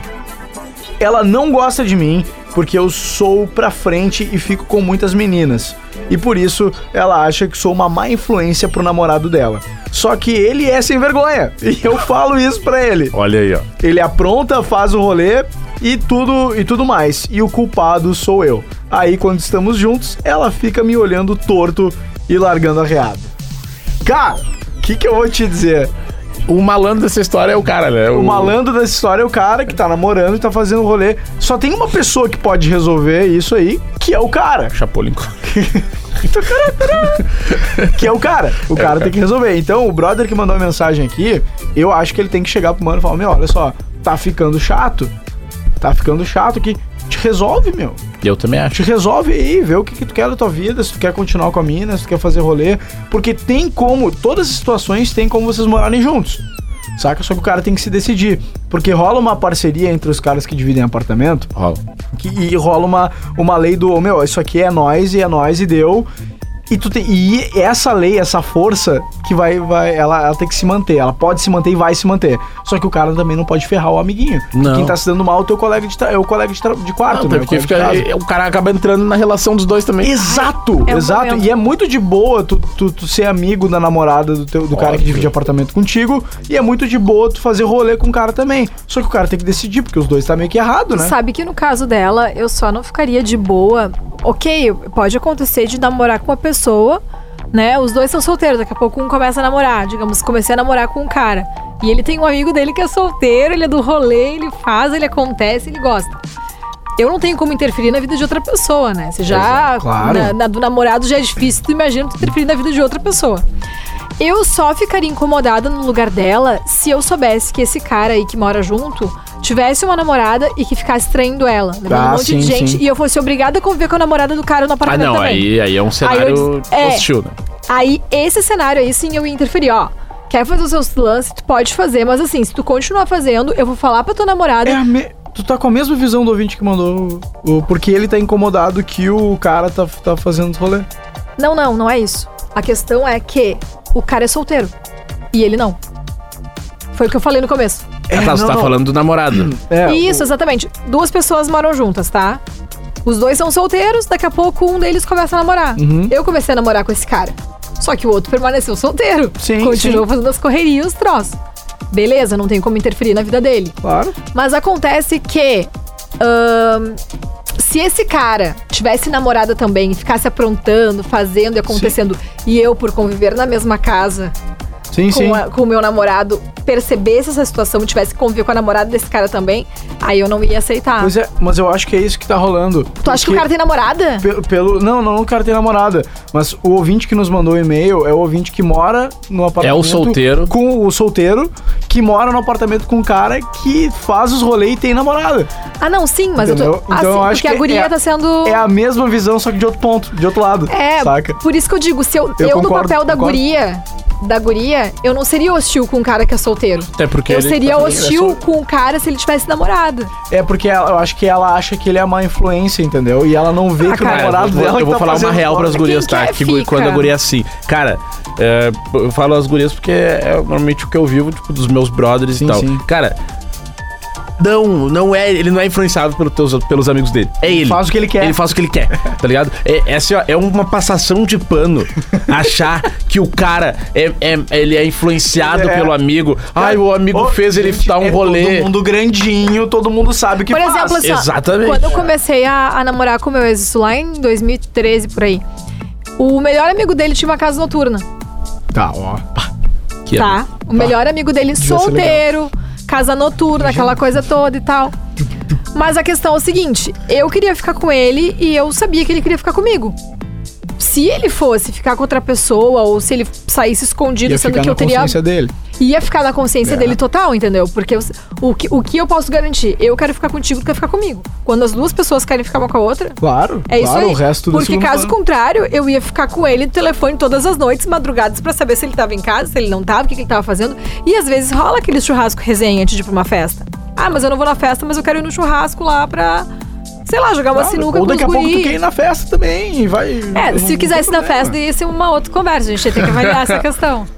Speaker 3: Ela não gosta de mim porque eu sou pra frente e fico com muitas meninas. E por isso ela acha que sou uma má influência pro namorado dela. Só que ele é sem vergonha. E eu falo isso pra ele.
Speaker 1: Olha aí, ó.
Speaker 3: Ele apronta, faz o rolê e tudo e tudo mais. E o culpado sou eu. Aí quando estamos juntos, ela fica me olhando torto e largando a reada. Cara, o que, que eu vou te dizer?
Speaker 1: O malandro dessa história é o cara, né?
Speaker 3: O malandro dessa história é o cara que tá namorando e tá fazendo rolê. Só tem uma pessoa que pode resolver isso aí, que é o cara.
Speaker 1: Chapolin.
Speaker 3: Que é o cara. O cara tem que resolver. Então, o brother que mandou a mensagem aqui, eu acho que ele tem que chegar pro mano e falar: Meu, olha só, tá ficando chato. Tá ficando chato aqui. Te resolve, meu.
Speaker 1: Eu também acho.
Speaker 3: Te resolve aí, vê o que, que tu quer da tua vida, se tu quer continuar com a mina, se tu quer fazer rolê. Porque tem como, todas as situações tem como vocês morarem juntos. Saca? Só que o cara tem que se decidir. Porque rola uma parceria entre os caras que dividem apartamento
Speaker 1: Rola.
Speaker 3: que- e rola uma, uma lei do, "Ô, meu, isso aqui é nós e é nós e deu. E, tu tem, e essa lei, essa força que vai, vai ela, ela tem que se manter. Ela pode se manter e vai se manter. Só que o cara também não pode ferrar o amiguinho.
Speaker 1: Não.
Speaker 3: Quem tá se dando mal é o teu colega de, tra- é o colega de, tra- de quarto,
Speaker 1: Não,
Speaker 3: né? O
Speaker 1: porque
Speaker 3: colega de
Speaker 1: fica-
Speaker 3: casa.
Speaker 1: o cara acaba entrando na relação dos dois também.
Speaker 3: Exato,
Speaker 4: É um
Speaker 3: exato.
Speaker 4: momento.
Speaker 3: E é muito de boa tu, tu- tu ser amigo da namorada do, teu- do cara que
Speaker 1: Óbvio.
Speaker 3: divide apartamento contigo. E é muito de boa tu fazer rolê com o cara também. Só que o cara tem que decidir, porque os dois tá meio que errado,
Speaker 4: Tu
Speaker 3: né?
Speaker 4: sabe que no caso dela, eu só não ficaria de boa. Ok, pode acontecer de namorar com uma pessoa, né? Os dois são solteiros, daqui a pouco um começa a namorar. Digamos, comecei a namorar com um cara. E ele tem um amigo dele que é solteiro, ele é do rolê, ele faz, ele acontece, ele gosta. Eu não tenho como interferir na vida de outra pessoa, né? Você já.
Speaker 3: claro.
Speaker 4: na- na do namorado já é difícil, tu imagina tu interferir na vida de outra pessoa. Eu só ficaria incomodada no lugar dela se eu soubesse que esse cara aí que mora junto tivesse uma namorada e que ficasse traindo ela. levando
Speaker 3: Ah,
Speaker 4: um monte
Speaker 3: sim,
Speaker 4: de gente
Speaker 3: sim.
Speaker 4: e eu fosse obrigada a conviver com a namorada do cara no
Speaker 1: Ah,
Speaker 4: apartamento
Speaker 1: não,
Speaker 4: também.
Speaker 1: aí, aí é um cenário
Speaker 4: disse- é.
Speaker 1: hostil, né?
Speaker 4: Aí, esse cenário aí sim eu ia interferir, ó. Quer fazer os seus lances, tu pode fazer, mas assim, se tu continuar fazendo, eu vou falar pra tua namorada.
Speaker 3: É a me- Tu tá com a mesma visão do ouvinte que mandou. o- o- Porque ele tá incomodado que o cara tá, tá fazendo rolê.
Speaker 4: Não, não, não é isso. A questão é que o cara é solteiro e ele não. Foi o que eu falei no começo.
Speaker 1: ah, tá, você
Speaker 3: É, não,
Speaker 1: tá
Speaker 3: não.
Speaker 1: falando do namorado.
Speaker 3: É,
Speaker 4: Isso, exatamente. Duas pessoas moram juntas, tá? Os dois são solteiros, daqui a pouco um deles começa a namorar.
Speaker 3: Uhum.
Speaker 4: Eu comecei a namorar com esse cara. Só que o outro permaneceu solteiro.
Speaker 3: Sim,
Speaker 4: Continuou fazendo as correrias, os troços. Beleza, não tem como interferir na vida dele.
Speaker 3: Claro.
Speaker 4: Mas acontece que. ahn, se esse cara tivesse namorada também e ficasse aprontando, fazendo e acontecendo, e eu, por conviver na mesma casa
Speaker 3: Sim, sim.
Speaker 4: com, a- com o meu namorado, percebesse essa situação e tivesse que conviver com a namorada desse cara também, aí eu não ia aceitar.
Speaker 3: Pois é, mas eu acho que é isso que tá rolando.
Speaker 4: ah. Tu acha que o cara tem namorada?
Speaker 3: Pelo, pelo- não, não, não o cara tem namorada. Mas o ouvinte que nos mandou o e-mail é o ouvinte que mora no apartamento.
Speaker 1: É solteiro.
Speaker 3: Com o solteiro que mora no apartamento com um cara que faz os rolês e tem namorada.
Speaker 4: Ah, não, sim, mas eu
Speaker 3: Entendeu?
Speaker 4: tô.
Speaker 3: Então
Speaker 4: Ah, sim,
Speaker 3: eu acho
Speaker 4: porque
Speaker 3: que
Speaker 4: a guria tá sendo.
Speaker 3: É a mesma visão, só que de outro ponto, de outro lado.
Speaker 4: É,
Speaker 3: Saca?
Speaker 4: por isso que eu digo, se eu,
Speaker 3: Eu
Speaker 4: eu no
Speaker 3: concordo,
Speaker 4: papel da
Speaker 3: concordo.
Speaker 4: guria, da guria, eu não seria hostil com um cara que é solteiro.
Speaker 1: Até porque
Speaker 4: eu
Speaker 1: ele-
Speaker 4: seria
Speaker 1: ele é
Speaker 4: hostil
Speaker 1: solteiro.
Speaker 4: com o cara se ele tivesse namorado.
Speaker 3: É porque ela- eu acho que ela acha que ele é má influência, entendeu? E ela não vê
Speaker 4: Ah,
Speaker 3: que o
Speaker 4: cara,
Speaker 3: namorado
Speaker 1: eu vou,
Speaker 3: dela
Speaker 1: eu
Speaker 3: que
Speaker 1: vou
Speaker 3: tá
Speaker 1: falar uma
Speaker 3: fazendo
Speaker 1: real
Speaker 3: fora.
Speaker 1: pras gurias, tá?
Speaker 4: quer,
Speaker 1: Que guri-
Speaker 4: fica.
Speaker 1: quando a guria é assim. Cara, é, eu falo as gurias porque é normalmente o que eu vivo, tipo, dos meus brothers
Speaker 3: Sim,
Speaker 1: e tal.
Speaker 3: sim.
Speaker 1: Cara, não, não é. Ele não é influenciado pelos, teus, pelos amigos dele. É ele.
Speaker 3: faz o que ele quer.
Speaker 1: Ele faz o que ele quer, tá ligado? É, é assim, ó, é uma passação de pano achar que o cara é, é- ele é influenciado
Speaker 3: É.
Speaker 1: pelo amigo. Ai, o amigo
Speaker 3: Ô,
Speaker 1: fez ele
Speaker 3: gente,
Speaker 1: dar um
Speaker 3: é
Speaker 1: rolê.
Speaker 3: Todo mundo grandinho, todo mundo sabe o que
Speaker 4: Por
Speaker 3: faz.
Speaker 4: exemplo, assim, ó,
Speaker 1: Exatamente.
Speaker 4: quando eu comecei a, a namorar com o meu ex, isso lá em 2013, por aí, o melhor amigo dele tinha uma casa noturna. assim,
Speaker 3: Tá, ó.
Speaker 1: Que
Speaker 4: Tá. O melhor amigo dele
Speaker 3: ser
Speaker 4: solteiro, casa noturna, aquela coisa toda e tal. Mas a questão é o seguinte: eu queria ficar com ele e eu sabia que ele queria ficar comigo. Se ele fosse ficar com outra pessoa ou se ele saísse escondido,
Speaker 3: Ia
Speaker 4: sendo
Speaker 3: ficar
Speaker 4: que
Speaker 3: na
Speaker 4: eu teria
Speaker 3: consciência dele.
Speaker 4: ia ficar na consciência
Speaker 3: É.
Speaker 4: dele total, entendeu? Porque eu- o, que, o que eu posso garantir? Eu quero ficar contigo, tu quer ficar comigo. Quando as duas pessoas querem ficar uma com a outra,
Speaker 3: Claro,
Speaker 4: é isso
Speaker 3: claro,
Speaker 4: aí.
Speaker 3: o resto do
Speaker 4: Porque
Speaker 3: segundo
Speaker 4: caso
Speaker 3: plano.
Speaker 4: contrário, eu ia ficar com ele no telefone todas as noites, madrugadas, pra saber se ele tava em casa, se ele não tava, o que, que ele tava fazendo. E às vezes rola aquele churrasco resenha antes de ir pra uma festa. Ah, mas eu não vou na festa, mas eu quero ir no churrasco lá pra. Sei lá, jogar uma
Speaker 3: Claro,
Speaker 4: sinuca
Speaker 3: Ou
Speaker 4: com os
Speaker 3: daqui a pouco tu
Speaker 4: guris.
Speaker 3: quer ir na festa também, e vai...
Speaker 4: É,
Speaker 3: não-
Speaker 4: se
Speaker 3: não
Speaker 4: quisesse ir
Speaker 3: tem
Speaker 4: na
Speaker 3: problema.
Speaker 4: festa, ia ser uma outra conversa, a gente ia ter que avaliar essa questão.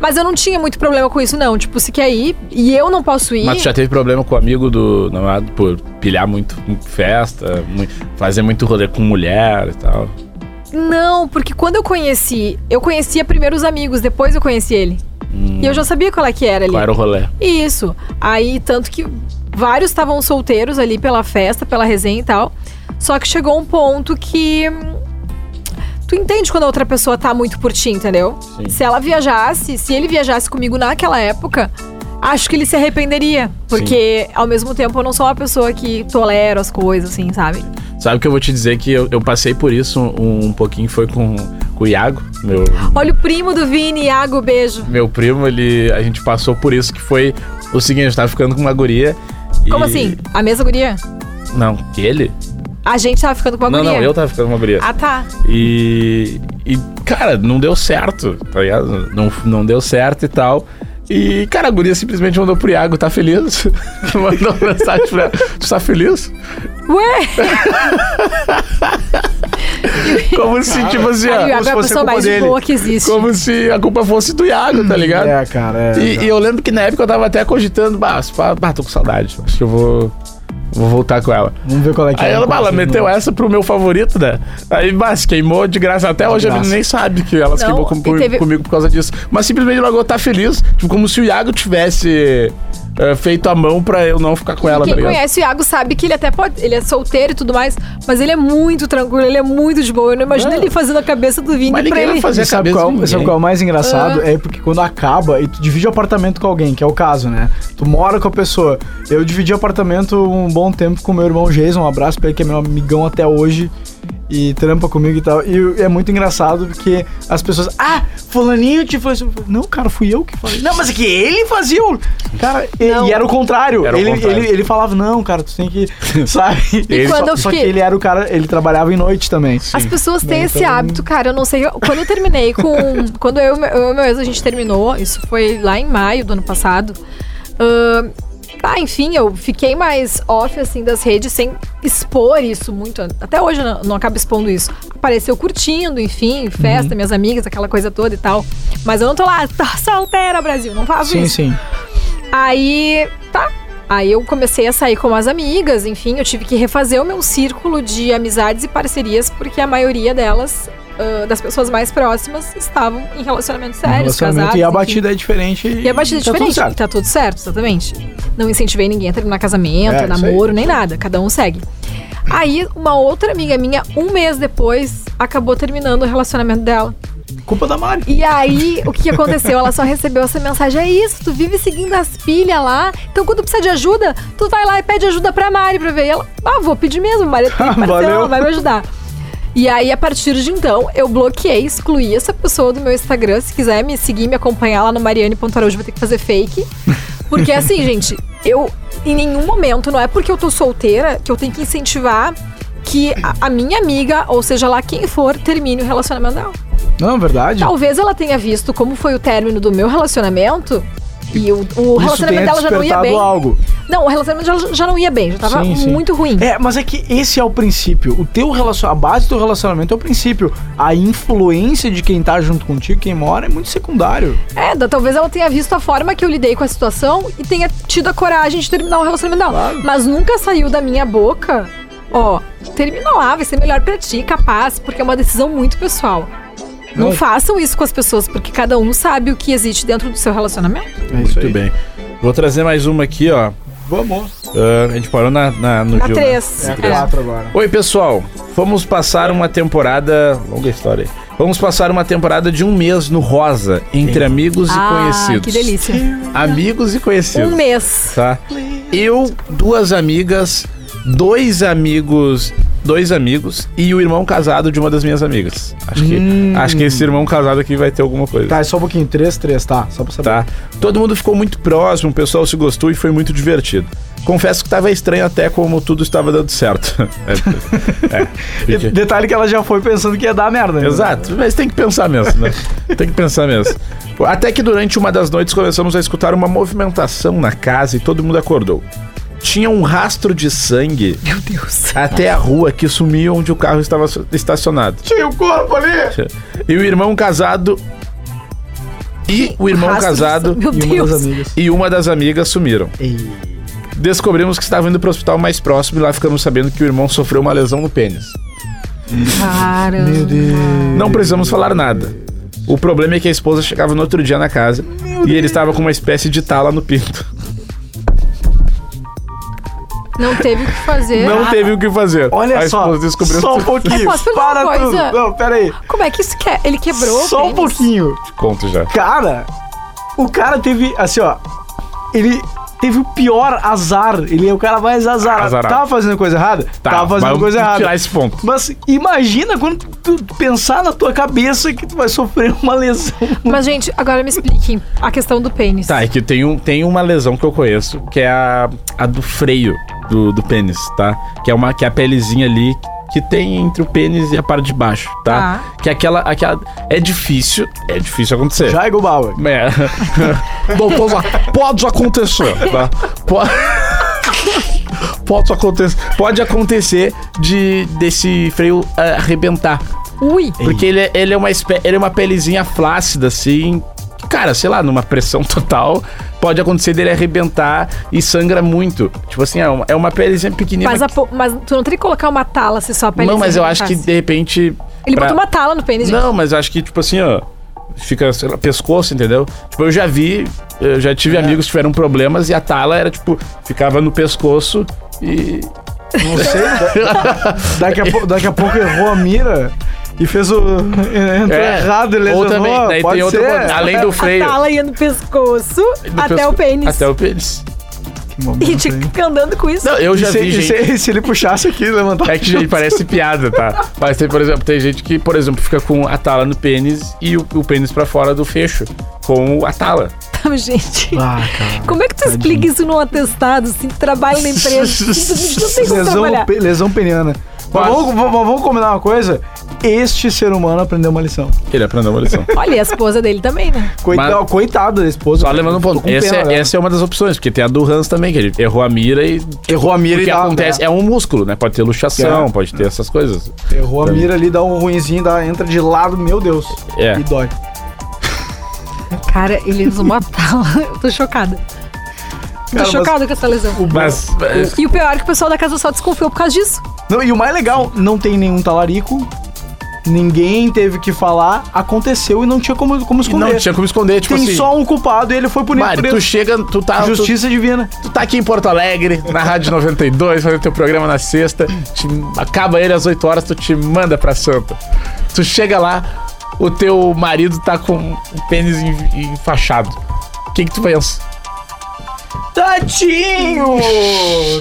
Speaker 4: Mas eu não tinha muito problema com isso, não. Tipo, se quer ir e eu não posso ir.
Speaker 1: Mas tu já teve problema com o amigo do namorado por pilhar muito em festa, mu- fazer muito rolê com mulher e tal.
Speaker 4: Não, porque quando eu conheci, eu conhecia primeiro os amigos, depois eu conheci ele. E eu já sabia qual é que era ali.
Speaker 1: Qual era o rolê?
Speaker 4: Isso. Aí, tanto que vários estavam solteiros ali pela festa, pela resenha e tal. Só que chegou um ponto que. hum, Tu entende quando a outra pessoa tá muito por ti, entendeu?
Speaker 1: Sim.
Speaker 4: Se ela viajasse, se ele viajasse comigo naquela época, acho que ele se arrependeria. Porque, ao mesmo tempo, eu não sou uma pessoa que tolero as coisas, assim, sabe?
Speaker 1: Sabe que eu vou te dizer que eu, eu passei por isso um, um pouquinho, foi com, com o Iago, meu,
Speaker 4: Olha o primo do Vini, Iago, beijo.
Speaker 1: meu primo, ele. A gente passou por isso que foi o seguinte, a gente tava ficando com uma guria. e-
Speaker 4: Como assim? A mesma guria?
Speaker 1: Não, ele?
Speaker 4: A gente tava ficando com a
Speaker 1: não,
Speaker 4: guria.
Speaker 1: não, eu tava ficando com uma guria.
Speaker 4: Ah, tá.
Speaker 1: E, e, cara, não deu certo, tá ligado? Não, não deu certo e tal. E, cara, a guria simplesmente mandou pro Iago, tá feliz? mandou uma mensagem pra ela, tu tá feliz? Assim,
Speaker 4: Ué,
Speaker 1: Como se, tipo assim,
Speaker 4: aí o
Speaker 1: ó,
Speaker 4: Iago é a
Speaker 3: fosse a
Speaker 4: pessoa
Speaker 3: culpa
Speaker 4: mais
Speaker 3: dele.
Speaker 4: boa que existe. Hum,
Speaker 1: como se a culpa fosse do Iago, tá ligado?
Speaker 3: É, cara, é,
Speaker 1: E, e eu lembro que na época eu tava até cogitando, bah, se pá, bah, tô com saudade, acho que eu vou, vou voltar com ela.
Speaker 3: Vamos ver qual é que
Speaker 1: Aí
Speaker 3: é.
Speaker 1: ela, bah, ela meteu essa pro meu favorito, né? Aí, bah, se queimou de graça. Até hoje a
Speaker 3: graça.
Speaker 1: menina nem sabe que ela se
Speaker 4: Não,
Speaker 1: queimou com-
Speaker 4: e
Speaker 1: por-
Speaker 4: teve-
Speaker 1: comigo por causa disso. Mas simplesmente ela tá feliz. Tipo, como se o Iago tivesse eh, feito a mão pra eu não ficar com ela,
Speaker 4: Quem
Speaker 1: tá ligado?
Speaker 4: conhece o Iago sabe que ele até pode. Ele é solteiro e tudo mais, mas ele é muito tranquilo, ele é muito de boa. Eu não imagino
Speaker 1: Não.
Speaker 4: ele fazendo a cabeça do Vini
Speaker 1: Mas
Speaker 4: pra
Speaker 1: ninguém vai
Speaker 4: ele.
Speaker 1: fazer a
Speaker 3: E sabe
Speaker 1: cabeça de
Speaker 3: qual,
Speaker 1: ninguém.
Speaker 3: sabe qual é o mais engraçado? É porque quando acaba e tu divide o apartamento com alguém, que é o caso, né? Tu mora com a pessoa. Eu dividi apartamento um bom tempo com meu irmão Jason, um abraço pra ele que é meu amigão até hoje. E trampa comigo e tal. E é muito engraçado porque as pessoas. Ah, Fulaninho te fez. Não, cara, fui eu que falei. Não, mas é que ele fazia. o-" Cara, e,
Speaker 4: Não.
Speaker 3: e era o contrário.
Speaker 1: Era o
Speaker 3: ele,
Speaker 1: contrário.
Speaker 3: Ele, ele falava, não, cara, tu tem que. Sabe?
Speaker 1: E Ele
Speaker 4: quando
Speaker 3: só,
Speaker 4: eu
Speaker 3: só que
Speaker 4: fiquei-
Speaker 3: ele era o cara. Ele trabalhava em noite também.
Speaker 4: As pessoas têm
Speaker 3: Não,
Speaker 4: esse
Speaker 3: então-
Speaker 4: hábito, cara. Eu não sei. eu- Quando eu terminei com. quando eu, eu e meu ex a gente terminou, isso foi lá em maio do ano passado. ahn, ah, enfim, eu fiquei mais off assim das redes sem expor isso muito. Até hoje eu não, não acabo expondo isso. Apareceu curtindo, enfim, festa,
Speaker 3: Uhum.
Speaker 4: minhas amigas, aquela coisa toda e tal. Mas eu não tô lá, tô solteira, Brasil, não faço
Speaker 3: Sim,
Speaker 4: isso.
Speaker 3: sim.
Speaker 4: Aí, tá. Aí eu comecei a sair com as amigas, enfim, eu tive que refazer o meu círculo de amizades e parcerias, porque a maioria delas, ah, das pessoas mais próximas, estavam em relacionamentos
Speaker 3: Um
Speaker 4: sérios,
Speaker 3: relacionamento
Speaker 4: É, casados.
Speaker 3: e a
Speaker 4: enfim.
Speaker 3: batida é diferente.
Speaker 4: E a batida é
Speaker 3: tá tudo
Speaker 4: diferente,
Speaker 3: certo.
Speaker 4: tá tudo certo, exatamente. Não incentivei ninguém a terminar casamento,
Speaker 3: É, isso
Speaker 4: namoro, nem nada, cada um segue. Aí, uma outra amiga minha, um mês depois, acabou terminando o relacionamento dela.
Speaker 3: Culpa da Mari.
Speaker 4: E aí, o que que aconteceu? Ela só recebeu essa mensagem. É isso, tu vive seguindo as pilhas lá. Então, quando precisa de ajuda, tu vai lá e pede ajuda pra Mari pra ver. E ela, ah, vou pedir mesmo, Mari. tem parceiro,
Speaker 3: Valeu.
Speaker 4: ela vai me ajudar. E aí, a partir de então, eu bloqueei, excluí essa pessoa do meu Instagram. Se quiser me seguir, me acompanhar lá no Mariane.araújo, vou ter que fazer fake. Porque assim, gente, eu em nenhum momento, não é porque eu tô solteira que eu tenho que incentivar que a, a minha amiga, ou seja lá quem for, termine o relacionamento dela.
Speaker 3: Não, verdade.
Speaker 4: Talvez ela tenha visto como foi o término do meu relacionamento. E o, o
Speaker 3: Isso
Speaker 4: relacionamento
Speaker 3: tenha
Speaker 4: dela já não ia
Speaker 3: despertado
Speaker 4: bem.
Speaker 3: algo.
Speaker 4: Não, o relacionamento dela já não ia bem, já tava
Speaker 3: Sim, sim.
Speaker 4: muito ruim.
Speaker 3: É, mas é que esse é o princípio. O teu relacion... A base do relacionamento é o princípio. A influência de quem tá junto contigo, quem mora, é muito secundário.
Speaker 4: É, da- talvez ela tenha visto a forma que eu lidei com a situação e tenha tido a coragem de terminar o relacionamento dela.
Speaker 3: Claro.
Speaker 4: Mas nunca saiu da minha boca, ó, termina lá, vai ser melhor pra ti, capaz, porque é uma decisão muito pessoal. Não,
Speaker 3: Não.
Speaker 4: façam isso com as pessoas, porque cada um sabe o que existe dentro do seu relacionamento.
Speaker 3: É
Speaker 1: Muito bem. Vou trazer mais uma aqui, ó.
Speaker 3: Vamos.
Speaker 1: Ah, a gente parou na, na- no
Speaker 4: Na
Speaker 1: Gil, né?
Speaker 4: três.
Speaker 3: É
Speaker 4: É.
Speaker 3: a quatro agora.
Speaker 1: Oi, pessoal. Vamos passar uma temporada. Longa história aí. Vamos passar uma temporada de um mês no Rosa, entre amigos e
Speaker 4: Ah,
Speaker 1: conhecidos.
Speaker 4: que delícia.
Speaker 1: Amigos e conhecidos.
Speaker 4: Um mês.
Speaker 1: Tá? Eu, duas amigas, dois amigos dois amigos e o irmão casado de uma das minhas amigas. Acho que,
Speaker 3: Hum.
Speaker 1: acho que esse irmão casado aqui vai ter alguma coisa.
Speaker 3: Tá, é só um pouquinho. Três, três, tá? Só pra saber.
Speaker 1: tá? Todo mundo ficou muito próximo, o pessoal se gostou e foi muito divertido. Confesso que tava estranho até como tudo estava dando certo. É, é,
Speaker 3: E
Speaker 1: fiquei-
Speaker 3: detalhe que ela já foi pensando que ia dar merda. né?
Speaker 1: Exato, mas tem que pensar mesmo, né? Tem que pensar mesmo. Até que durante uma das noites começamos a escutar uma movimentação na casa e todo mundo acordou. Tinha um rastro de sangue
Speaker 4: Meu Deus.
Speaker 1: até a rua que sumia onde o carro estava estacionado.
Speaker 3: Tinha o corpo ali!
Speaker 1: E o irmão casado. E o irmão
Speaker 4: Rastro de sangue.
Speaker 1: casado
Speaker 4: Meu
Speaker 1: um
Speaker 3: E uma das
Speaker 4: Deus.
Speaker 3: amigas.
Speaker 1: e uma das amigas sumiram.
Speaker 3: E...
Speaker 1: Descobrimos que estava indo para o hospital mais próximo e lá ficamos sabendo que o irmão sofreu uma lesão no pênis.
Speaker 4: Caramba.
Speaker 3: Meu Deus.
Speaker 1: Não precisamos falar nada. O problema é que a esposa chegava no outro dia na casa e ele estava com uma espécie de tala no pinto.
Speaker 4: Não teve o que fazer. Ah,
Speaker 1: Não teve o que fazer.
Speaker 3: É. Olha
Speaker 1: a
Speaker 3: só,
Speaker 1: esposa descobriu
Speaker 3: só um pouquinho.
Speaker 4: Eu posso perguntar
Speaker 3: Para
Speaker 4: uma
Speaker 3: tudo.
Speaker 4: coisa?
Speaker 3: Não, pera aí.
Speaker 4: Como é que isso quer? Ele quebrou? o
Speaker 3: Só um
Speaker 4: pênis?
Speaker 3: pouquinho.
Speaker 1: conto já.
Speaker 3: Cara, o cara teve, assim, ó. Ele teve o pior azar. Ele é o cara mais azarado.
Speaker 1: Azarado.
Speaker 3: Tava fazendo coisa errada?
Speaker 1: Tá,
Speaker 3: Tava fazendo
Speaker 1: vamos
Speaker 3: coisa errada.
Speaker 1: tirar esse ponto.
Speaker 3: Mas imagina quando tu pensar na tua cabeça que tu vai sofrer uma lesão.
Speaker 4: Mas, gente, agora me expliquem a questão do pênis.
Speaker 1: Tá, é que tem, um, tem uma lesão que eu conheço, que é a, a do freio do, do pênis, tá? Que é, uma, que é a pelezinha ali que tem entre o pênis e a parte de baixo, tá? Que é aquela, aquela. É difícil, é difícil acontecer.
Speaker 3: Jaigo Bauer.
Speaker 1: É. Bom, pode, pode acontecer, tá? Pode, pode acontecer. Pode acontecer de desse freio ah, arrebentar.
Speaker 4: Ui.
Speaker 1: Porque ele é, ele é uma espé- ele é uma pelezinha flácida, assim. que, Cara, sei lá, numa pressão total, pode acontecer dele arrebentar e sangra muito. Tipo assim, é uma, é uma pelezinha pequenininha.
Speaker 4: Mas, a po- mas tu não teria que colocar uma tala se só a pele
Speaker 1: não, mas
Speaker 4: se
Speaker 1: eu acho que
Speaker 4: arrebentasse.
Speaker 1: de repente.
Speaker 4: Ele
Speaker 1: pra-
Speaker 4: botou uma tala no pênis, gente.
Speaker 1: não, mas eu acho que, tipo assim, ó. Fica, sei lá, pescoço, entendeu? Tipo, eu já vi, eu já
Speaker 4: É.
Speaker 1: tive amigos que tiveram problemas e a tala era, tipo, ficava no pescoço e.
Speaker 3: Não sei. da- daqui, a pou- daqui a pouco errou a mira e fez o. Entrou errado, ele
Speaker 1: É. Ou
Speaker 3: lesionou.
Speaker 1: também, daí
Speaker 3: Pode
Speaker 1: tem outra
Speaker 3: ser.
Speaker 1: coisa, além do freio.
Speaker 4: A tala ia no pescoço
Speaker 1: do
Speaker 4: até
Speaker 1: pesco-
Speaker 4: o pênis.
Speaker 1: Até o pênis.
Speaker 3: Que momento,
Speaker 4: E tinha que
Speaker 3: hein?
Speaker 4: ficar andando com isso.
Speaker 1: Não, eu
Speaker 3: E
Speaker 1: já
Speaker 3: se,
Speaker 1: vi,
Speaker 3: e
Speaker 1: gente.
Speaker 3: se- se ele puxasse aqui, levantar.
Speaker 1: É que, gente, parece piada, tá? Mas tem, por exemplo, tem gente que, por exemplo, fica com a tala no pênis e o, o pênis pra fora do fecho, com a tala.
Speaker 4: Então, gente.
Speaker 3: Ah, cara.
Speaker 4: Como é que tu explica isso num atestado, assim, tu trabalha na empresa? assim, tu não tem como
Speaker 3: Lesão,
Speaker 4: trabalhar.
Speaker 3: pe- lesão peniana. Mas
Speaker 1: Quase.
Speaker 3: vamos, vamos- vamos combinar uma coisa? Este ser humano aprendeu uma lição.
Speaker 1: Ele aprendeu uma lição.
Speaker 4: Olha, e a esposa dele também, né?
Speaker 3: Coitada,
Speaker 1: Mas-
Speaker 3: coitada da esposa.
Speaker 1: Só levando um
Speaker 3: Tô
Speaker 1: ponto.
Speaker 3: com
Speaker 1: Essa
Speaker 3: pena né?
Speaker 1: é,
Speaker 3: dela.
Speaker 1: essa é uma das opções, porque tem a do Hans também, que ele errou a mira e.
Speaker 3: Errou a mira
Speaker 1: Porque
Speaker 3: e dá,
Speaker 1: acontece,
Speaker 3: né?
Speaker 1: é um músculo, né? Pode ter luxação,
Speaker 3: É.
Speaker 1: pode ter essas coisas.
Speaker 3: Errou a mira ali, dá um ruinzinho, dá, entra de lado, meu Deus.
Speaker 1: É.
Speaker 3: E dói.
Speaker 4: Cara, ele usou uma tala. Eu tô chocada.
Speaker 3: Cara,
Speaker 4: tô
Speaker 3: mas-
Speaker 4: chocada com essa lesão.
Speaker 1: Mas. mas-
Speaker 4: E o pior é que o pessoal da casa só desconfiou por causa disso.
Speaker 3: Não, e o mais legal, não tem nenhum talarico, ninguém teve que falar, aconteceu e não tinha como, como esconder.
Speaker 1: Não tinha como esconder, tipo
Speaker 3: tem
Speaker 1: assim.
Speaker 3: só um culpado e ele foi punido
Speaker 1: Mari,
Speaker 3: por
Speaker 1: tu
Speaker 3: isso.
Speaker 1: chega, tu tá. tu-
Speaker 3: Justiça divina.
Speaker 1: Tu tá aqui em Porto Alegre, na Rádio 92, fazendo teu programa na sexta, te- acaba ele às 8 horas, tu te manda pra Santa. Tu chega lá, o teu marido tá com o pênis en- enfaixado. O que que tu pensa?
Speaker 3: Tadinho!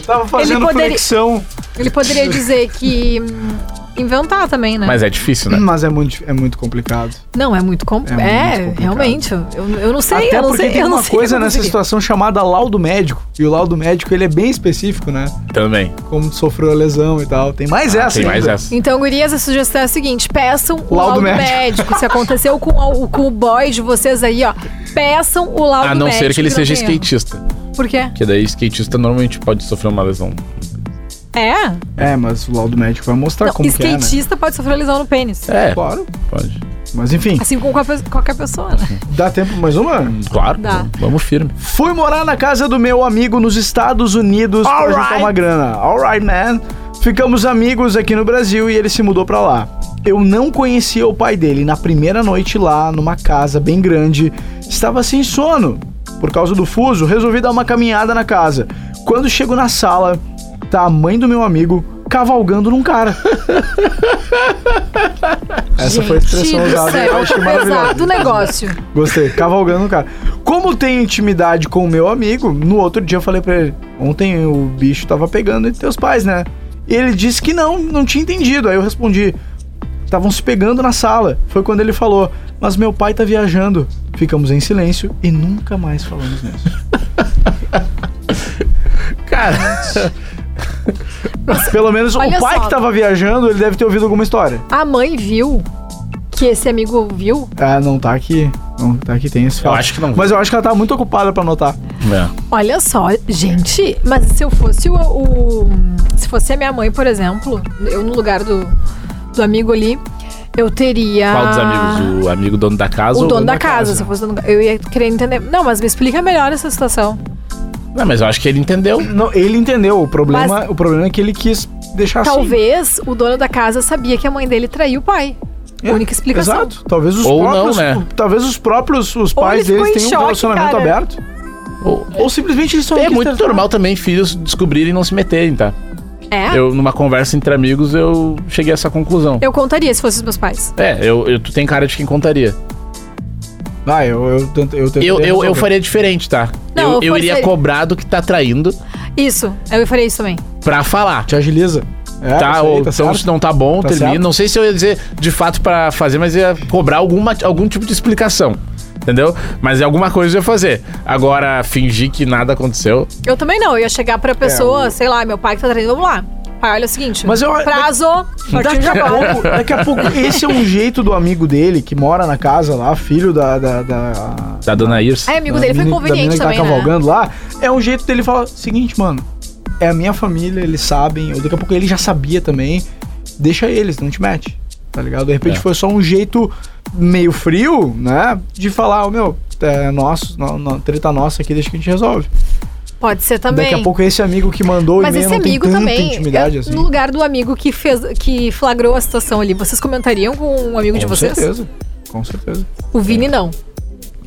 Speaker 3: Tava fazendo
Speaker 4: poderia-
Speaker 3: flexão.
Speaker 4: Ele poderia dizer que. hum, Inventar também, né?
Speaker 1: Mas é difícil, né?
Speaker 3: Mas é muito, é muito complicado.
Speaker 4: Não, é muito, com...
Speaker 3: muito
Speaker 4: é,
Speaker 3: complicado.
Speaker 4: realmente. Eu, eu não sei,
Speaker 3: Até
Speaker 4: eu não
Speaker 3: porque
Speaker 4: sei.
Speaker 3: tem
Speaker 4: eu não
Speaker 3: uma
Speaker 4: sei o que
Speaker 3: coisa
Speaker 4: eu
Speaker 3: nessa
Speaker 4: conseguiria.
Speaker 3: situação chamada laudo médico. E o laudo médico, ele é bem específico, né?
Speaker 1: Também.
Speaker 3: Como tu sofreu a lesão e tal. Tem mais essa
Speaker 1: Ah, Tem mais
Speaker 3: ainda.
Speaker 1: essa.
Speaker 4: Então, gurias, a sugestão é a seguinte: peçam o laudo,
Speaker 3: Laudo
Speaker 4: médico.
Speaker 3: médico.
Speaker 4: Se aconteceu com, o- com o boy de vocês aí, ó, peçam o laudo médico.
Speaker 1: A não ser que ele
Speaker 4: não
Speaker 1: seja
Speaker 4: tem erro.
Speaker 1: skatista.
Speaker 4: Por quê?
Speaker 1: Porque daí skatista normalmente pode sofrer uma lesão.
Speaker 4: É?
Speaker 3: É, mas o laudo médico vai mostrar
Speaker 4: Não,
Speaker 3: como que é, né?
Speaker 4: skatista pode sofrer lesão no pênis.
Speaker 1: É,
Speaker 3: Claro.
Speaker 1: pode.
Speaker 3: Mas enfim,
Speaker 4: Assim como qualquer, qualquer pessoa, né?
Speaker 3: dá tempo pra mais uma?
Speaker 1: Claro,
Speaker 4: Dá.
Speaker 1: vamos firme.
Speaker 3: Fui morar na casa do meu amigo nos Estados Unidos pra
Speaker 1: Alright.
Speaker 3: juntar uma grana. Alright, man. Ficamos amigos aqui no Brasil e ele se mudou pra lá. Eu não conhecia o pai dele. Na primeira noite lá, numa casa bem grande, estava sem sono. Por causa do fuso, resolvi dar uma caminhada na casa. Quando chego na sala, tá a mãe do meu amigo cavalgando num cara. Essa foi a expressão
Speaker 4: Gente do
Speaker 3: usada.
Speaker 4: céu,
Speaker 3: Eu achei maravilhosa.
Speaker 4: pesado o negócio.
Speaker 3: Gostei, cavalgando o cara. Como tenho intimidade com o meu amigo, no outro dia eu falei pra ele: Ontem o bicho tava pegando entre teus pais, né? E Ele disse que não, não tinha entendido. Aí eu respondi: estavam se pegando na sala. Foi quando ele falou: Mas meu pai tá viajando. Ficamos em silêncio e nunca mais falamos nisso.
Speaker 1: Cara,
Speaker 3: Pelo menos
Speaker 4: Olha
Speaker 3: o pai
Speaker 4: só.
Speaker 3: que tava viajando, ele deve ter ouvido alguma história.
Speaker 4: A mãe viu que esse amigo viu.
Speaker 3: Ah, não tá aqui. Não tá aqui, tem esse
Speaker 1: Eu
Speaker 3: fato.
Speaker 1: acho que não.
Speaker 3: Mas eu acho que ela tá muito ocupada pra anotar.
Speaker 1: é.
Speaker 4: Olha só, gente, mas se eu fosse o, o- Se fosse a minha mãe, por exemplo, eu no lugar do, do amigo ali, eu teria.
Speaker 1: qual dos amigos? O amigo dono da
Speaker 4: Ah.
Speaker 1: casa
Speaker 4: O
Speaker 1: ou
Speaker 4: dono da casa, se eu fosse dono da casa. Eu ia querer entender. Não, mas me explica melhor essa situação.
Speaker 3: Assim?
Speaker 1: Não, mas eu acho que ele entendeu.
Speaker 3: Não, ele entendeu. O problema,
Speaker 4: Mas-
Speaker 3: o problema é que ele quis deixar
Speaker 4: Talvez o dono da casa sabia que a mãe dele traiu o pai.
Speaker 3: assim.
Speaker 4: Única explicação.
Speaker 3: Exato. Talvez os
Speaker 1: Ou não,
Speaker 3: próprios,
Speaker 1: né?
Speaker 3: talvez os próprios os
Speaker 4: Ou
Speaker 3: pais
Speaker 4: ele ficou
Speaker 3: deles
Speaker 4: em
Speaker 3: tenham
Speaker 4: choque,
Speaker 3: um relacionamento
Speaker 4: cara.
Speaker 3: aberto.
Speaker 4: É
Speaker 1: Ou-
Speaker 3: Ou simplesmente eles são
Speaker 1: É muito normal também filhos descobrirem e não se meterem, tá?
Speaker 4: É? Eu...
Speaker 1: Eu, numa conversa entre amigos, eu cheguei a essa conclusão.
Speaker 4: contaria se fossem os meus pais.
Speaker 1: É, eu, eu- tu tem cara de quem contaria.
Speaker 3: Ah, eu, eu, tento- eu, tento
Speaker 1: Eu, eu, eu
Speaker 3: resolver.
Speaker 1: faria diferente, tá?
Speaker 4: Não,
Speaker 1: eu,
Speaker 4: eu
Speaker 1: eu iria
Speaker 4: faria-
Speaker 1: cobrar do que tá traindo
Speaker 4: Isso, eu faria isso também.
Speaker 1: pra falar.
Speaker 3: Te agiliza. É,
Speaker 1: tá,
Speaker 3: isso aí,
Speaker 1: ou
Speaker 3: tá
Speaker 1: então
Speaker 3: certo.
Speaker 1: se não tá bom,
Speaker 3: Tá
Speaker 1: termina.
Speaker 3: certo.
Speaker 1: Não sei se eu ia dizer de fato pra fazer, mas ia cobrar alguma, algum tipo de explicação. Entendeu? Mas alguma coisa eu ia fazer. Agora, fingir que nada aconteceu.
Speaker 4: Eu também não, eu ia chegar pra pessoa,
Speaker 3: É, o-
Speaker 4: sei lá, meu pai que tá traindo, vamos lá. Pai, olha é o seguinte,
Speaker 3: Mas eu-
Speaker 4: prazo, partiu de
Speaker 3: Daqui a,
Speaker 4: agora.
Speaker 3: pouco, daqui a pouco, esse é um jeito do amigo dele que mora na casa lá, filho da. da, da,
Speaker 1: Da tá, dona Irce.
Speaker 4: Aí, amigo
Speaker 3: da
Speaker 4: dele foi
Speaker 3: menina- da menina
Speaker 4: inconveniente
Speaker 3: que
Speaker 4: também,
Speaker 3: tá
Speaker 4: né?
Speaker 3: cavalgando lá. É um jeito dele falar: seguinte, mano, é a minha família, eles sabem. Ou daqui a pouco ele já sabia também. Deixa eles, não te mete. Tá ligado? De repente
Speaker 1: É.
Speaker 3: foi só um jeito meio frio, né? De falar: ô meu, é nosso, no, no- treta nossa aqui, deixa que a gente resolve.
Speaker 4: Pode ser também.
Speaker 3: Daqui a pouco esse amigo que mandou
Speaker 4: Mas
Speaker 3: e-mail
Speaker 4: esse
Speaker 3: não tem
Speaker 4: amigo
Speaker 3: tanta
Speaker 4: também,
Speaker 3: intimidade
Speaker 4: eu-
Speaker 3: assim.
Speaker 4: no lugar do amigo que fez, que flagrou a situação ali, vocês comentariam com um amigo de
Speaker 3: Com
Speaker 4: vocês?
Speaker 3: certeza, com certeza.
Speaker 4: O Vini não.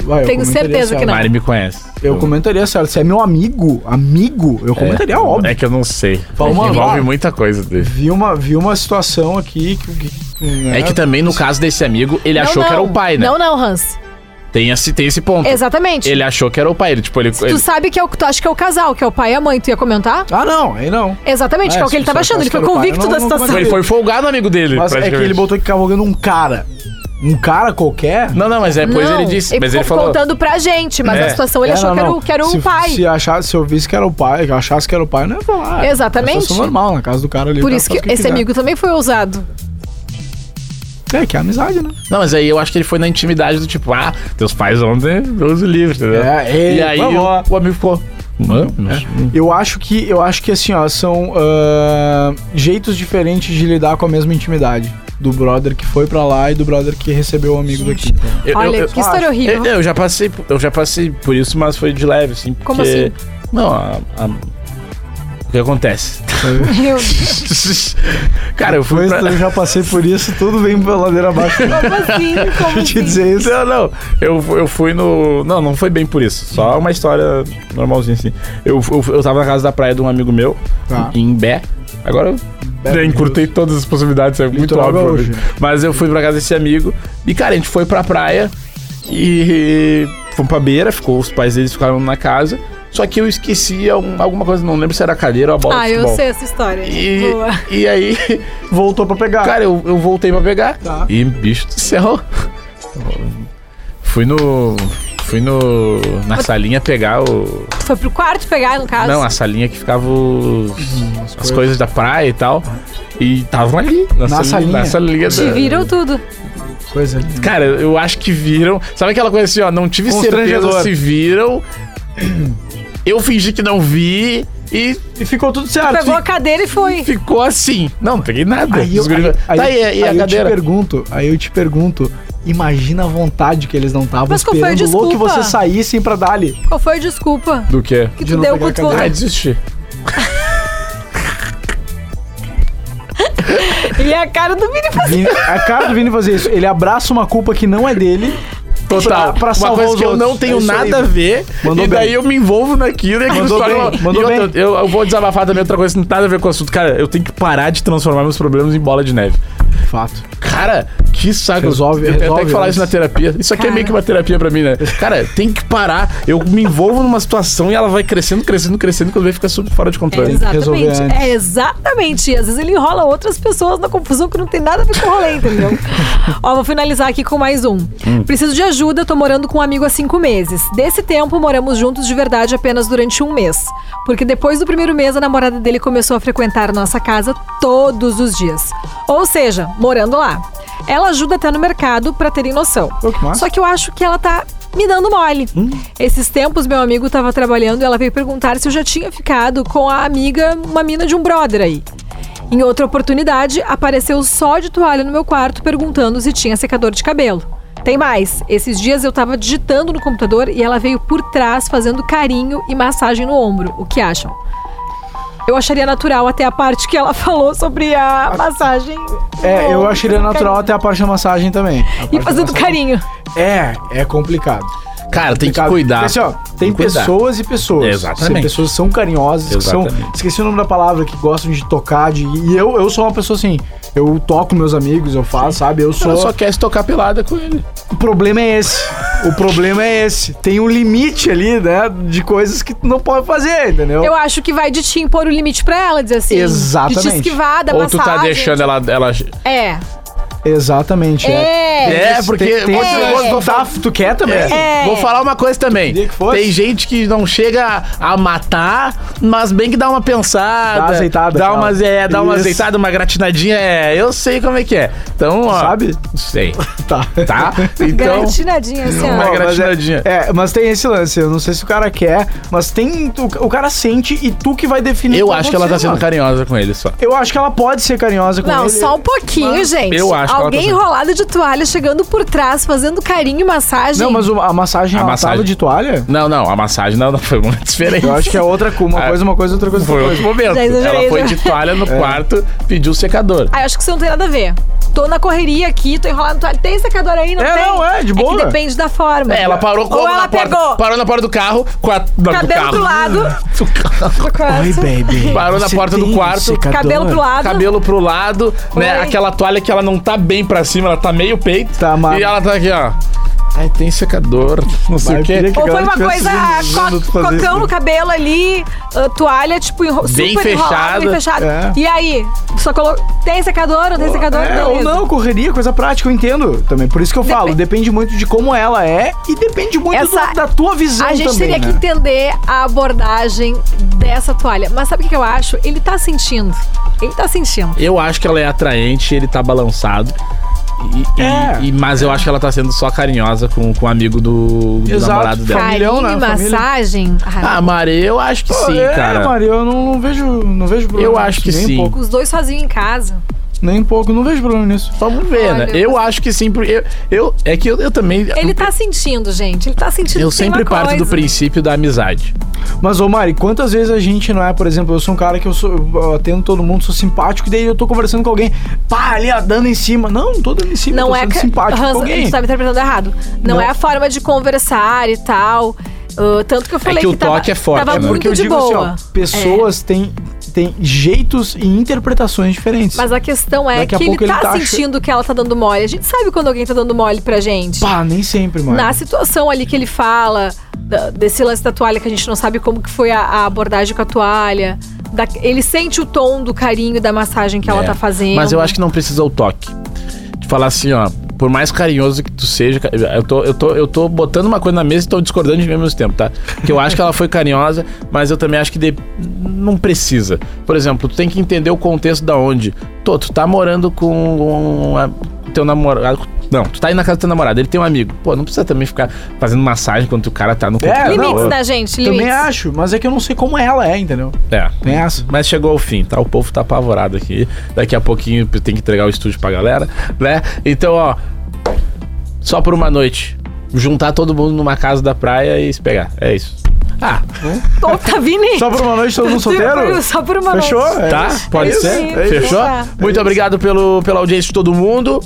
Speaker 3: Vai, eu
Speaker 4: Tenho
Speaker 3: comentaria
Speaker 4: certeza
Speaker 3: se
Speaker 4: que
Speaker 3: ela-
Speaker 4: não.
Speaker 1: Mari me conhece.
Speaker 3: Eu comentaria, sério. Se é meu amigo, amigo, eu comentaria, óbvio.
Speaker 1: É que eu não sei.
Speaker 3: Fala, mano,
Speaker 1: Envolve
Speaker 3: lá.
Speaker 1: muita coisa dele.
Speaker 3: Vi, uma, vi uma situação aqui que. que- né?
Speaker 1: É
Speaker 4: tá-
Speaker 1: que também, no caso desse amigo, ele
Speaker 4: Não,
Speaker 1: achou que
Speaker 4: não.
Speaker 1: era o pai, né?
Speaker 4: Não, não, Hans.
Speaker 1: Tem, esse, tem esse ponto.
Speaker 4: Exatamente.
Speaker 1: Ele achou que era o pai. Ele, tipo, ele,
Speaker 4: Se
Speaker 1: ele-
Speaker 4: Tu sabe que é o tu acha que é o casal, que é o pai e a mãe, tu ia comentar?
Speaker 3: Ah, não, aí não.
Speaker 4: Exatamente,
Speaker 3: É,
Speaker 4: que é o que
Speaker 3: se
Speaker 4: ele tava
Speaker 3: você
Speaker 4: achando, ele
Speaker 3: acha
Speaker 4: foi
Speaker 3: que era o pai,
Speaker 4: convicto
Speaker 3: não,
Speaker 4: da
Speaker 3: não
Speaker 4: situação.
Speaker 3: comentaria.
Speaker 1: ele foi folgado, amigo dele.
Speaker 3: Mas é que ele
Speaker 1: praticamente.
Speaker 3: botou que cavalgando um cara. Um cara qualquer.
Speaker 1: Não, não, mas depois
Speaker 4: Não,
Speaker 1: ele disse. mas
Speaker 4: ficou
Speaker 1: ele falou.
Speaker 4: contando pra gente, mas
Speaker 1: É.
Speaker 4: a situação ele
Speaker 3: É,
Speaker 4: achou
Speaker 3: não,
Speaker 4: que era,
Speaker 3: não.
Speaker 4: o- que era o
Speaker 3: se,
Speaker 4: pai.
Speaker 3: Se, achasse, se eu visse que era o pai, que eu achasse que era o pai, eu não ia falar.
Speaker 4: Exatamente.
Speaker 3: É situação normal, na casa do cara ali. o
Speaker 4: Por
Speaker 3: cara
Speaker 4: isso que
Speaker 3: faz o
Speaker 4: esse
Speaker 3: quiser.
Speaker 4: amigo também foi ousado.
Speaker 3: É, que é amizade, né?
Speaker 1: Não, mas aí eu acho que ele foi na intimidade do tipo, ah, teus pais ontem, Deus o livre, entendeu?
Speaker 3: É, ei,
Speaker 1: e aí
Speaker 3: vamos lá.
Speaker 1: o, o amigo ficou. Mano,
Speaker 3: Eu acho que, eu acho que assim, ó, são ah, jeitos diferentes de lidar com a mesma intimidade. Do brother que foi pra lá e do brother que recebeu o amigo daqui. então.
Speaker 1: eu,
Speaker 4: Olha,
Speaker 1: eu,
Speaker 4: que história horrível.
Speaker 1: eu, eu já passei, por- eu já passei por isso, mas foi de leve, assim. Porque,
Speaker 4: Como
Speaker 1: Não, a- a- o que acontece?
Speaker 4: Meu
Speaker 1: Cara, eu fui
Speaker 3: Pois
Speaker 1: pra...
Speaker 3: eu já passei por isso, tudo vem pela ladeira abaixo.
Speaker 4: Como assim? Como
Speaker 3: Deixa eu te
Speaker 4: assim?
Speaker 3: dizer isso.
Speaker 1: Não, não. Eu, fu- eu fui no. Não, não foi bem por isso. Só uma história normalzinha assim. Eu, fu- eu, fu- eu tava na casa da praia de um amigo meu,
Speaker 3: Tá.
Speaker 1: em Bé. Agora eu
Speaker 3: Bé,
Speaker 1: encurtei
Speaker 3: meu
Speaker 1: todas as possibilidades, é muito
Speaker 3: Litoral
Speaker 1: óbvio.
Speaker 3: gaúcho.
Speaker 1: Mas eu fui pra casa desse amigo. E, cara, a gente foi pra praia e. Fomos pra beira, ficou, os pais deles ficaram na casa. Só que eu esquecia um- alguma coisa, não lembro se era a cadeira ou a bola
Speaker 4: Ah,
Speaker 1: de
Speaker 4: eu
Speaker 1: futebol.
Speaker 4: sei essa história.
Speaker 1: E,
Speaker 4: Boa.
Speaker 1: e aí,
Speaker 3: Voltou pra pegar.
Speaker 1: cara, eu, eu voltei pra pegar.
Speaker 3: Tá.
Speaker 1: E, bicho do céu. Fui no. Fui no. Na salinha pegar o.
Speaker 4: Tu foi pro quarto pegar, no caso.
Speaker 1: Não, a salinha que ficava os-
Speaker 3: Uhum,
Speaker 1: as coisas da praia e tal. E estavam ali.
Speaker 3: Na salinha.
Speaker 1: Na salinha
Speaker 4: Te
Speaker 1: da-
Speaker 3: ah,
Speaker 4: viram tudo.
Speaker 3: Coisa linda.
Speaker 1: Cara, eu acho que viram. Sabe aquela coisa assim, ó? Não tive certeza
Speaker 3: Constrangedor.
Speaker 1: se viram. Eu fingi que não vi e
Speaker 3: E ficou tudo certo.
Speaker 4: Pegou a cadeira e foi.
Speaker 1: ficou assim. Não, não peguei nada.
Speaker 3: Aí eu,
Speaker 1: Os guris-
Speaker 3: aí, aí,
Speaker 1: tá aí, aí a
Speaker 3: aí eu te
Speaker 1: cadeira.
Speaker 3: pergunto, aí eu te pergunto, imagina a vontade que eles não estavam
Speaker 4: Mas qual foi a
Speaker 3: esperando louco que
Speaker 4: desculpa?
Speaker 3: você saísse pra Dali.
Speaker 4: Qual foi a desculpa?
Speaker 1: Do quê?
Speaker 4: Que
Speaker 3: De
Speaker 4: tu
Speaker 3: não
Speaker 4: deu
Speaker 3: pegar
Speaker 4: quando
Speaker 3: a
Speaker 4: tu
Speaker 1: Ah,
Speaker 4: voltou.
Speaker 1: desisti.
Speaker 4: E a cara do Vini fazia.
Speaker 3: Vini- a cara do Vini fazer isso, ele abraça uma culpa que não é dele.
Speaker 1: Total.
Speaker 3: Pra- pra
Speaker 1: uma
Speaker 3: salvar
Speaker 1: coisa
Speaker 3: os
Speaker 1: que eu
Speaker 3: outros.
Speaker 1: não tenho
Speaker 3: É isso aí,
Speaker 1: nada a ver.
Speaker 3: Mandou
Speaker 1: e daí
Speaker 3: bem.
Speaker 1: eu me envolvo naquilo e aquilo
Speaker 3: Mandou
Speaker 1: se torna
Speaker 3: bem,
Speaker 1: uma-
Speaker 3: mandou
Speaker 1: e outra,
Speaker 3: bem.
Speaker 1: Eu, eu vou desabafar também outra coisa que não tem nada a ver com o assunto. Cara, eu tenho que parar de transformar meus problemas em bola de neve.
Speaker 3: Fato.
Speaker 1: Cara, que saco.
Speaker 3: Resolve-
Speaker 1: eu tenho até
Speaker 3: resolve
Speaker 1: que falar
Speaker 3: antes.
Speaker 1: isso na terapia. Isso aqui é
Speaker 4: Cara.
Speaker 1: meio que uma terapia pra mim, né? Cara, tem que parar. Eu me envolvo numa situação e ela vai crescendo, crescendo, crescendo, quando vem fica super fora de
Speaker 4: É
Speaker 1: controle.
Speaker 3: resolver
Speaker 4: exatamente.
Speaker 3: antes.
Speaker 4: É exatamente. E às vezes ele enrola outras pessoas na confusão que não tem nada a ver com o rolê, entendeu? Ó, vou finalizar aqui com mais um.
Speaker 3: Hum.
Speaker 4: Preciso de ajuda, tô morando com um amigo há cinco meses. Desse tempo, moramos juntos de verdade apenas durante um mês. Porque depois do primeiro mês, a namorada dele começou a frequentar nossa casa todos os dias. Ou seja, morando lá. Ela ajuda até no mercado, pra terem noção.
Speaker 3: Pô, que massa.
Speaker 4: Só que eu acho que ela tá me dando mole. Esses tempos, meu amigo tava trabalhando e ela veio perguntar se eu já tinha ficado com a amiga, uma mina de um brother aí. Em outra oportunidade, apareceu só de toalha no meu quarto perguntando se tinha secador de cabelo. Tem mais. Esses dias eu tava digitando no computador e ela veio por trás fazendo carinho e massagem no ombro. O que acham? Eu acharia natural até a parte que ela falou sobre a massagem. no
Speaker 3: É, eu
Speaker 4: ombro,
Speaker 3: acharia
Speaker 4: fazendo
Speaker 3: natural
Speaker 4: carinho.
Speaker 3: até a parte da massagem também. A parte
Speaker 4: E
Speaker 3: da
Speaker 4: fazendo
Speaker 3: massagem-
Speaker 4: carinho.
Speaker 3: É, é complicado.
Speaker 4: É.
Speaker 1: Cara, tem que
Speaker 3: Complicado.
Speaker 1: cuidar.
Speaker 3: Porque, assim, ó, tem
Speaker 1: cuidar.
Speaker 3: pessoas e pessoas.
Speaker 1: Exatamente.
Speaker 3: Tem pessoas que são carinhosas, que são.
Speaker 1: Exatamente.
Speaker 3: Esqueci o nome da palavra, que gostam de tocar. De, e eu, eu sou uma pessoa assim. Eu toco meus amigos, eu faço, sabe? Eu sou.
Speaker 1: Ela só quer se tocar pelada com ele.
Speaker 3: O problema é esse. O problema é esse. Tem um limite ali, né? De coisas que tu não pode fazer, entendeu?
Speaker 4: Eu acho que vai de te impor o limite pra ela, dizer assim.
Speaker 3: Exatamente.
Speaker 4: De te esquivar da
Speaker 1: Ou tu
Speaker 4: massagem.
Speaker 1: tá deixando ela. ela...
Speaker 4: É.
Speaker 3: Exatamente.
Speaker 4: É.
Speaker 1: É, porque-
Speaker 3: Tem, tem
Speaker 1: é.
Speaker 3: esse negócio do tá, tu quer também?
Speaker 4: É.
Speaker 1: Vou falar uma coisa também.
Speaker 3: Queria que fosse.
Speaker 1: Tem gente que não chega a matar, mas bem que dá uma pensada.
Speaker 3: Dá uma azeitada,
Speaker 1: Dá
Speaker 3: aquela.
Speaker 1: uma, é, dá uma
Speaker 3: Isso.
Speaker 1: azeitada, uma gratinadinha. É, eu sei como é que é. Então, ó.
Speaker 3: Sabe?
Speaker 1: Sei.
Speaker 3: Tá.
Speaker 1: Tá? Então.
Speaker 4: Gratinadinha assim,
Speaker 1: Não
Speaker 4: ó.
Speaker 1: é-
Speaker 3: mas
Speaker 1: gratinadinha.
Speaker 3: É, mas tem esse lance. Eu não sei se o cara quer, mas tem. O, o cara sente e tu que vai definir. o
Speaker 1: Eu
Speaker 3: que
Speaker 1: acho que ela tá
Speaker 3: acontecendo,
Speaker 1: sendo
Speaker 3: mano.
Speaker 1: carinhosa com ele só.
Speaker 3: Eu acho que ela pode ser carinhosa com
Speaker 4: Não,
Speaker 3: ele.
Speaker 4: só um pouquinho, gente.
Speaker 1: eu acho que ela
Speaker 4: Alguém
Speaker 1: tá sendo-
Speaker 4: enrolado de toalha, chegando por trás, fazendo carinho e massagem.
Speaker 3: Não, mas o- a massagem
Speaker 1: A
Speaker 3: ela
Speaker 1: massagem.
Speaker 3: tava de toalha?
Speaker 1: Não, não, a massagem não, não foi muito diferente.
Speaker 3: Eu acho que é outra coisa, uma
Speaker 1: Ah.
Speaker 3: coisa, uma coisa, outra coisa.
Speaker 1: Foi
Speaker 3: outra
Speaker 1: outro
Speaker 3: coisa.
Speaker 1: momento.
Speaker 4: Já exagerei,
Speaker 1: Ela foi
Speaker 4: né?
Speaker 1: de toalha no
Speaker 3: É.
Speaker 1: quarto, pediu o secador.
Speaker 4: Ah, eu acho que isso não tem nada a ver. Tô na correria aqui, tô enrolado no toalha. Tem secador aí? Não
Speaker 3: É,
Speaker 4: tem?
Speaker 3: não, é, de boa.
Speaker 4: que depende da forma.
Speaker 1: É, ela parou como
Speaker 4: Ou ela
Speaker 1: na porta,
Speaker 4: pegou.
Speaker 1: Parou na porta do carro, com a, do
Speaker 4: Cabelo
Speaker 1: carro.
Speaker 4: pro lado.
Speaker 1: Do carro.
Speaker 4: pro quarto,
Speaker 3: Oi, baby.
Speaker 1: Parou na
Speaker 3: Você
Speaker 1: porta do
Speaker 3: tem um
Speaker 1: quarto.
Speaker 3: secador?
Speaker 4: Cabelo pro lado.
Speaker 1: Cabelo pro lado, né?
Speaker 4: Oi.
Speaker 1: Aquela toalha que ela não tá bem pra cima, ela tá meio peito.
Speaker 3: Tá, mas-
Speaker 1: e ela tá aqui, ó. Ai, tem secador, não sei
Speaker 3: Mas
Speaker 1: o
Speaker 3: eu queria
Speaker 1: quê.
Speaker 3: que
Speaker 4: Ou
Speaker 3: ela
Speaker 4: foi uma
Speaker 3: tivesse
Speaker 4: coisa ah,
Speaker 3: vindo
Speaker 4: co-
Speaker 3: fazer
Speaker 4: cocão
Speaker 3: isso.
Speaker 4: no cabelo ali, ah, toalha, tipo, enro
Speaker 1: Bem
Speaker 4: super enrolada, bem
Speaker 1: fechada.
Speaker 3: É.
Speaker 4: E aí? Só colocou. Tem secador, não tem secador?
Speaker 3: É,
Speaker 4: Beleza.
Speaker 3: ou não, correria, coisa prática, eu entendo também. Por isso que eu falo, depende muito de como ela é e depende muito
Speaker 4: Essa-
Speaker 3: do- da tua visão
Speaker 4: A gente
Speaker 3: também,
Speaker 4: teria que
Speaker 3: né?
Speaker 4: entender a abordagem dessa toalha. Mas sabe o que que eu acho? Ele tá sentindo. Ele tá sentindo.
Speaker 1: Eu acho que ela é atraente, ele tá balançado. E, e-
Speaker 3: É.
Speaker 1: e- mas eu acho que ela tá sendo só carinhosa com, com o amigo do, do
Speaker 3: Exato.
Speaker 1: namorado dela.
Speaker 3: Familhão,
Speaker 4: Carinho e
Speaker 3: né? Família.
Speaker 4: massagem. Ah,
Speaker 1: Ah, Mari, eu acho que sim,
Speaker 3: é,
Speaker 1: cara.
Speaker 3: Maria, eu não, não vejo, não vejo problema.
Speaker 1: Eu acho que
Speaker 3: nisso, nem
Speaker 1: sim.
Speaker 3: Um pouco,
Speaker 4: os dois sozinhos em casa.
Speaker 3: nem um pouco, não vejo problema nisso.
Speaker 1: Vamos ver,
Speaker 4: Olha,
Speaker 1: né?
Speaker 4: eu-
Speaker 1: Eu, acho que sim, porque eu, eu- é que eu, eu também
Speaker 4: Ele tá sentindo, gente. Ele tá sentindo.
Speaker 1: eu
Speaker 4: que tem
Speaker 1: sempre
Speaker 4: uma
Speaker 1: parto do
Speaker 4: coisa.
Speaker 1: princípio da amizade.
Speaker 3: Mas, ô Mari, quantas vezes a gente não é, por exemplo, eu sou um cara que eu sou eu atendo todo mundo, sou simpático, e daí eu tô conversando com alguém, pá, ali, ó, dando em cima. Não, não tô dando em cima, eu
Speaker 4: Não
Speaker 3: tô
Speaker 4: é
Speaker 3: sendo
Speaker 4: que-
Speaker 3: simpático
Speaker 4: Hans,
Speaker 3: com alguém.
Speaker 4: Tu tá me interpretando errado. Não,
Speaker 3: Não.
Speaker 4: é a forma de conversar e tal. Ah, tanto que eu falei
Speaker 1: que o
Speaker 4: tava-
Speaker 1: toque é forte,
Speaker 4: Tava
Speaker 1: né?
Speaker 4: muito
Speaker 3: Porque eu
Speaker 4: de
Speaker 3: digo
Speaker 4: boa. É.
Speaker 3: assim, ó, pessoas têm, têm jeitos e interpretações diferentes.
Speaker 4: Mas a questão é
Speaker 3: Daqui a
Speaker 4: que ele
Speaker 3: pouco
Speaker 4: tá,
Speaker 3: ele tá ach-
Speaker 4: sentindo que ela tá dando mole. A gente sabe quando alguém tá dando mole pra gente.
Speaker 3: Pá, nem sempre, Mari.
Speaker 4: Na situação ali que ele fala, da- desse lance da toalha que a gente não sabe como que foi a, a abordagem com a toalha. da- ele sente o tom do carinho e da massagem que ela
Speaker 1: É.
Speaker 4: tá fazendo.
Speaker 1: Mas eu acho que não precisa o toque. De falar assim, ó, por mais carinhoso que tu seja, ca- eu tô, eu tô, eu tô botando uma coisa na mesa e tô discordando de mim ao mesmo tempo, tá? Porque eu acho que ela foi carinhosa, mas eu também acho que de- não precisa. Por exemplo, tu tem que entender o contexto da onde. Tô, tu tá morando com a- teu namorado. Não, tu tá aí na casa do teu namorado, ele tem um amigo. Pô, não precisa também ficar fazendo massagem enquanto o cara tá no computador.
Speaker 4: Limites,
Speaker 3: não,
Speaker 4: né, gente?
Speaker 3: Também
Speaker 4: Limites.
Speaker 3: acho, mas é que eu não sei como ela é, entendeu?
Speaker 1: É.
Speaker 3: Tem essa.
Speaker 1: Mas chegou ao fim, tá? O povo tá apavorado aqui. Daqui a pouquinho tem que entregar o estúdio pra galera, né? Então, ó. Só por uma noite. Juntar todo mundo numa casa da praia e se pegar. É isso. Ah,
Speaker 4: Pô, tá Vini?
Speaker 3: Só por uma noite todo mundo solteiro?
Speaker 4: Só por uma
Speaker 3: Fechou?
Speaker 4: noite.
Speaker 3: É
Speaker 1: tá?
Speaker 3: isso.
Speaker 1: Pode
Speaker 4: É isso
Speaker 1: ser?
Speaker 4: aí,
Speaker 1: Fechou?
Speaker 4: tá.
Speaker 1: Muito obrigado pelo, pela audiência de todo mundo.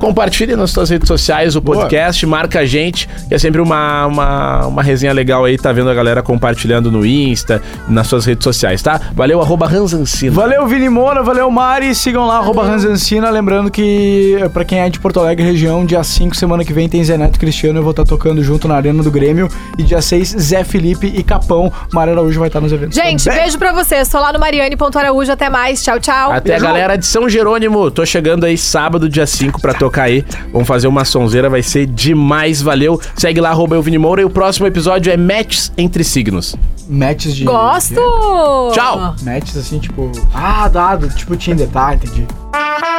Speaker 1: Compartilhe nas suas redes sociais o podcast, marca a gente, que é sempre uma, uma, uma resenha legal aí, tá vendo a galera compartilhando no Insta, nas suas redes sociais, tá? Valeu, arroba Ranzancina.
Speaker 3: Valeu, Vini Moura, valeu, Mari. Sigam lá, arroba Ranzancina. Lembrando que, eh, pra quem é de Porto Alegre, região, dia 5, semana que vem, tem Zé Neto e Cristiano. Eu vou estar tocando junto na Arena do Grêmio. E dia 6, Zé Felipe e Capão. Mari Araújo vai estar nos eventos.
Speaker 4: Gente,
Speaker 3: também.
Speaker 4: beijo pra vocês. Tô lá no Mariane.araújo. Até mais. Tchau, tchau.
Speaker 1: Até a galera de São Jerônimo. Tô chegando aí sábado, dia 5, pra tocar aí. Vamos fazer uma sonzeira, vai ser demais. Valeu. Segue lá, arroba Elvini Moura. E o próximo episódio é Matches entre Signos.
Speaker 3: Matches de.
Speaker 4: Gosto!
Speaker 1: Tchau.
Speaker 3: Matches assim, tipo. Ah, dado. Tipo Tinder, tá? Entendi.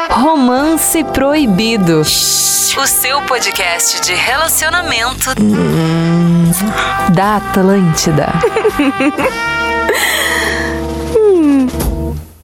Speaker 2: Romance Proibido. O seu podcast de relacionamento da Atlântida.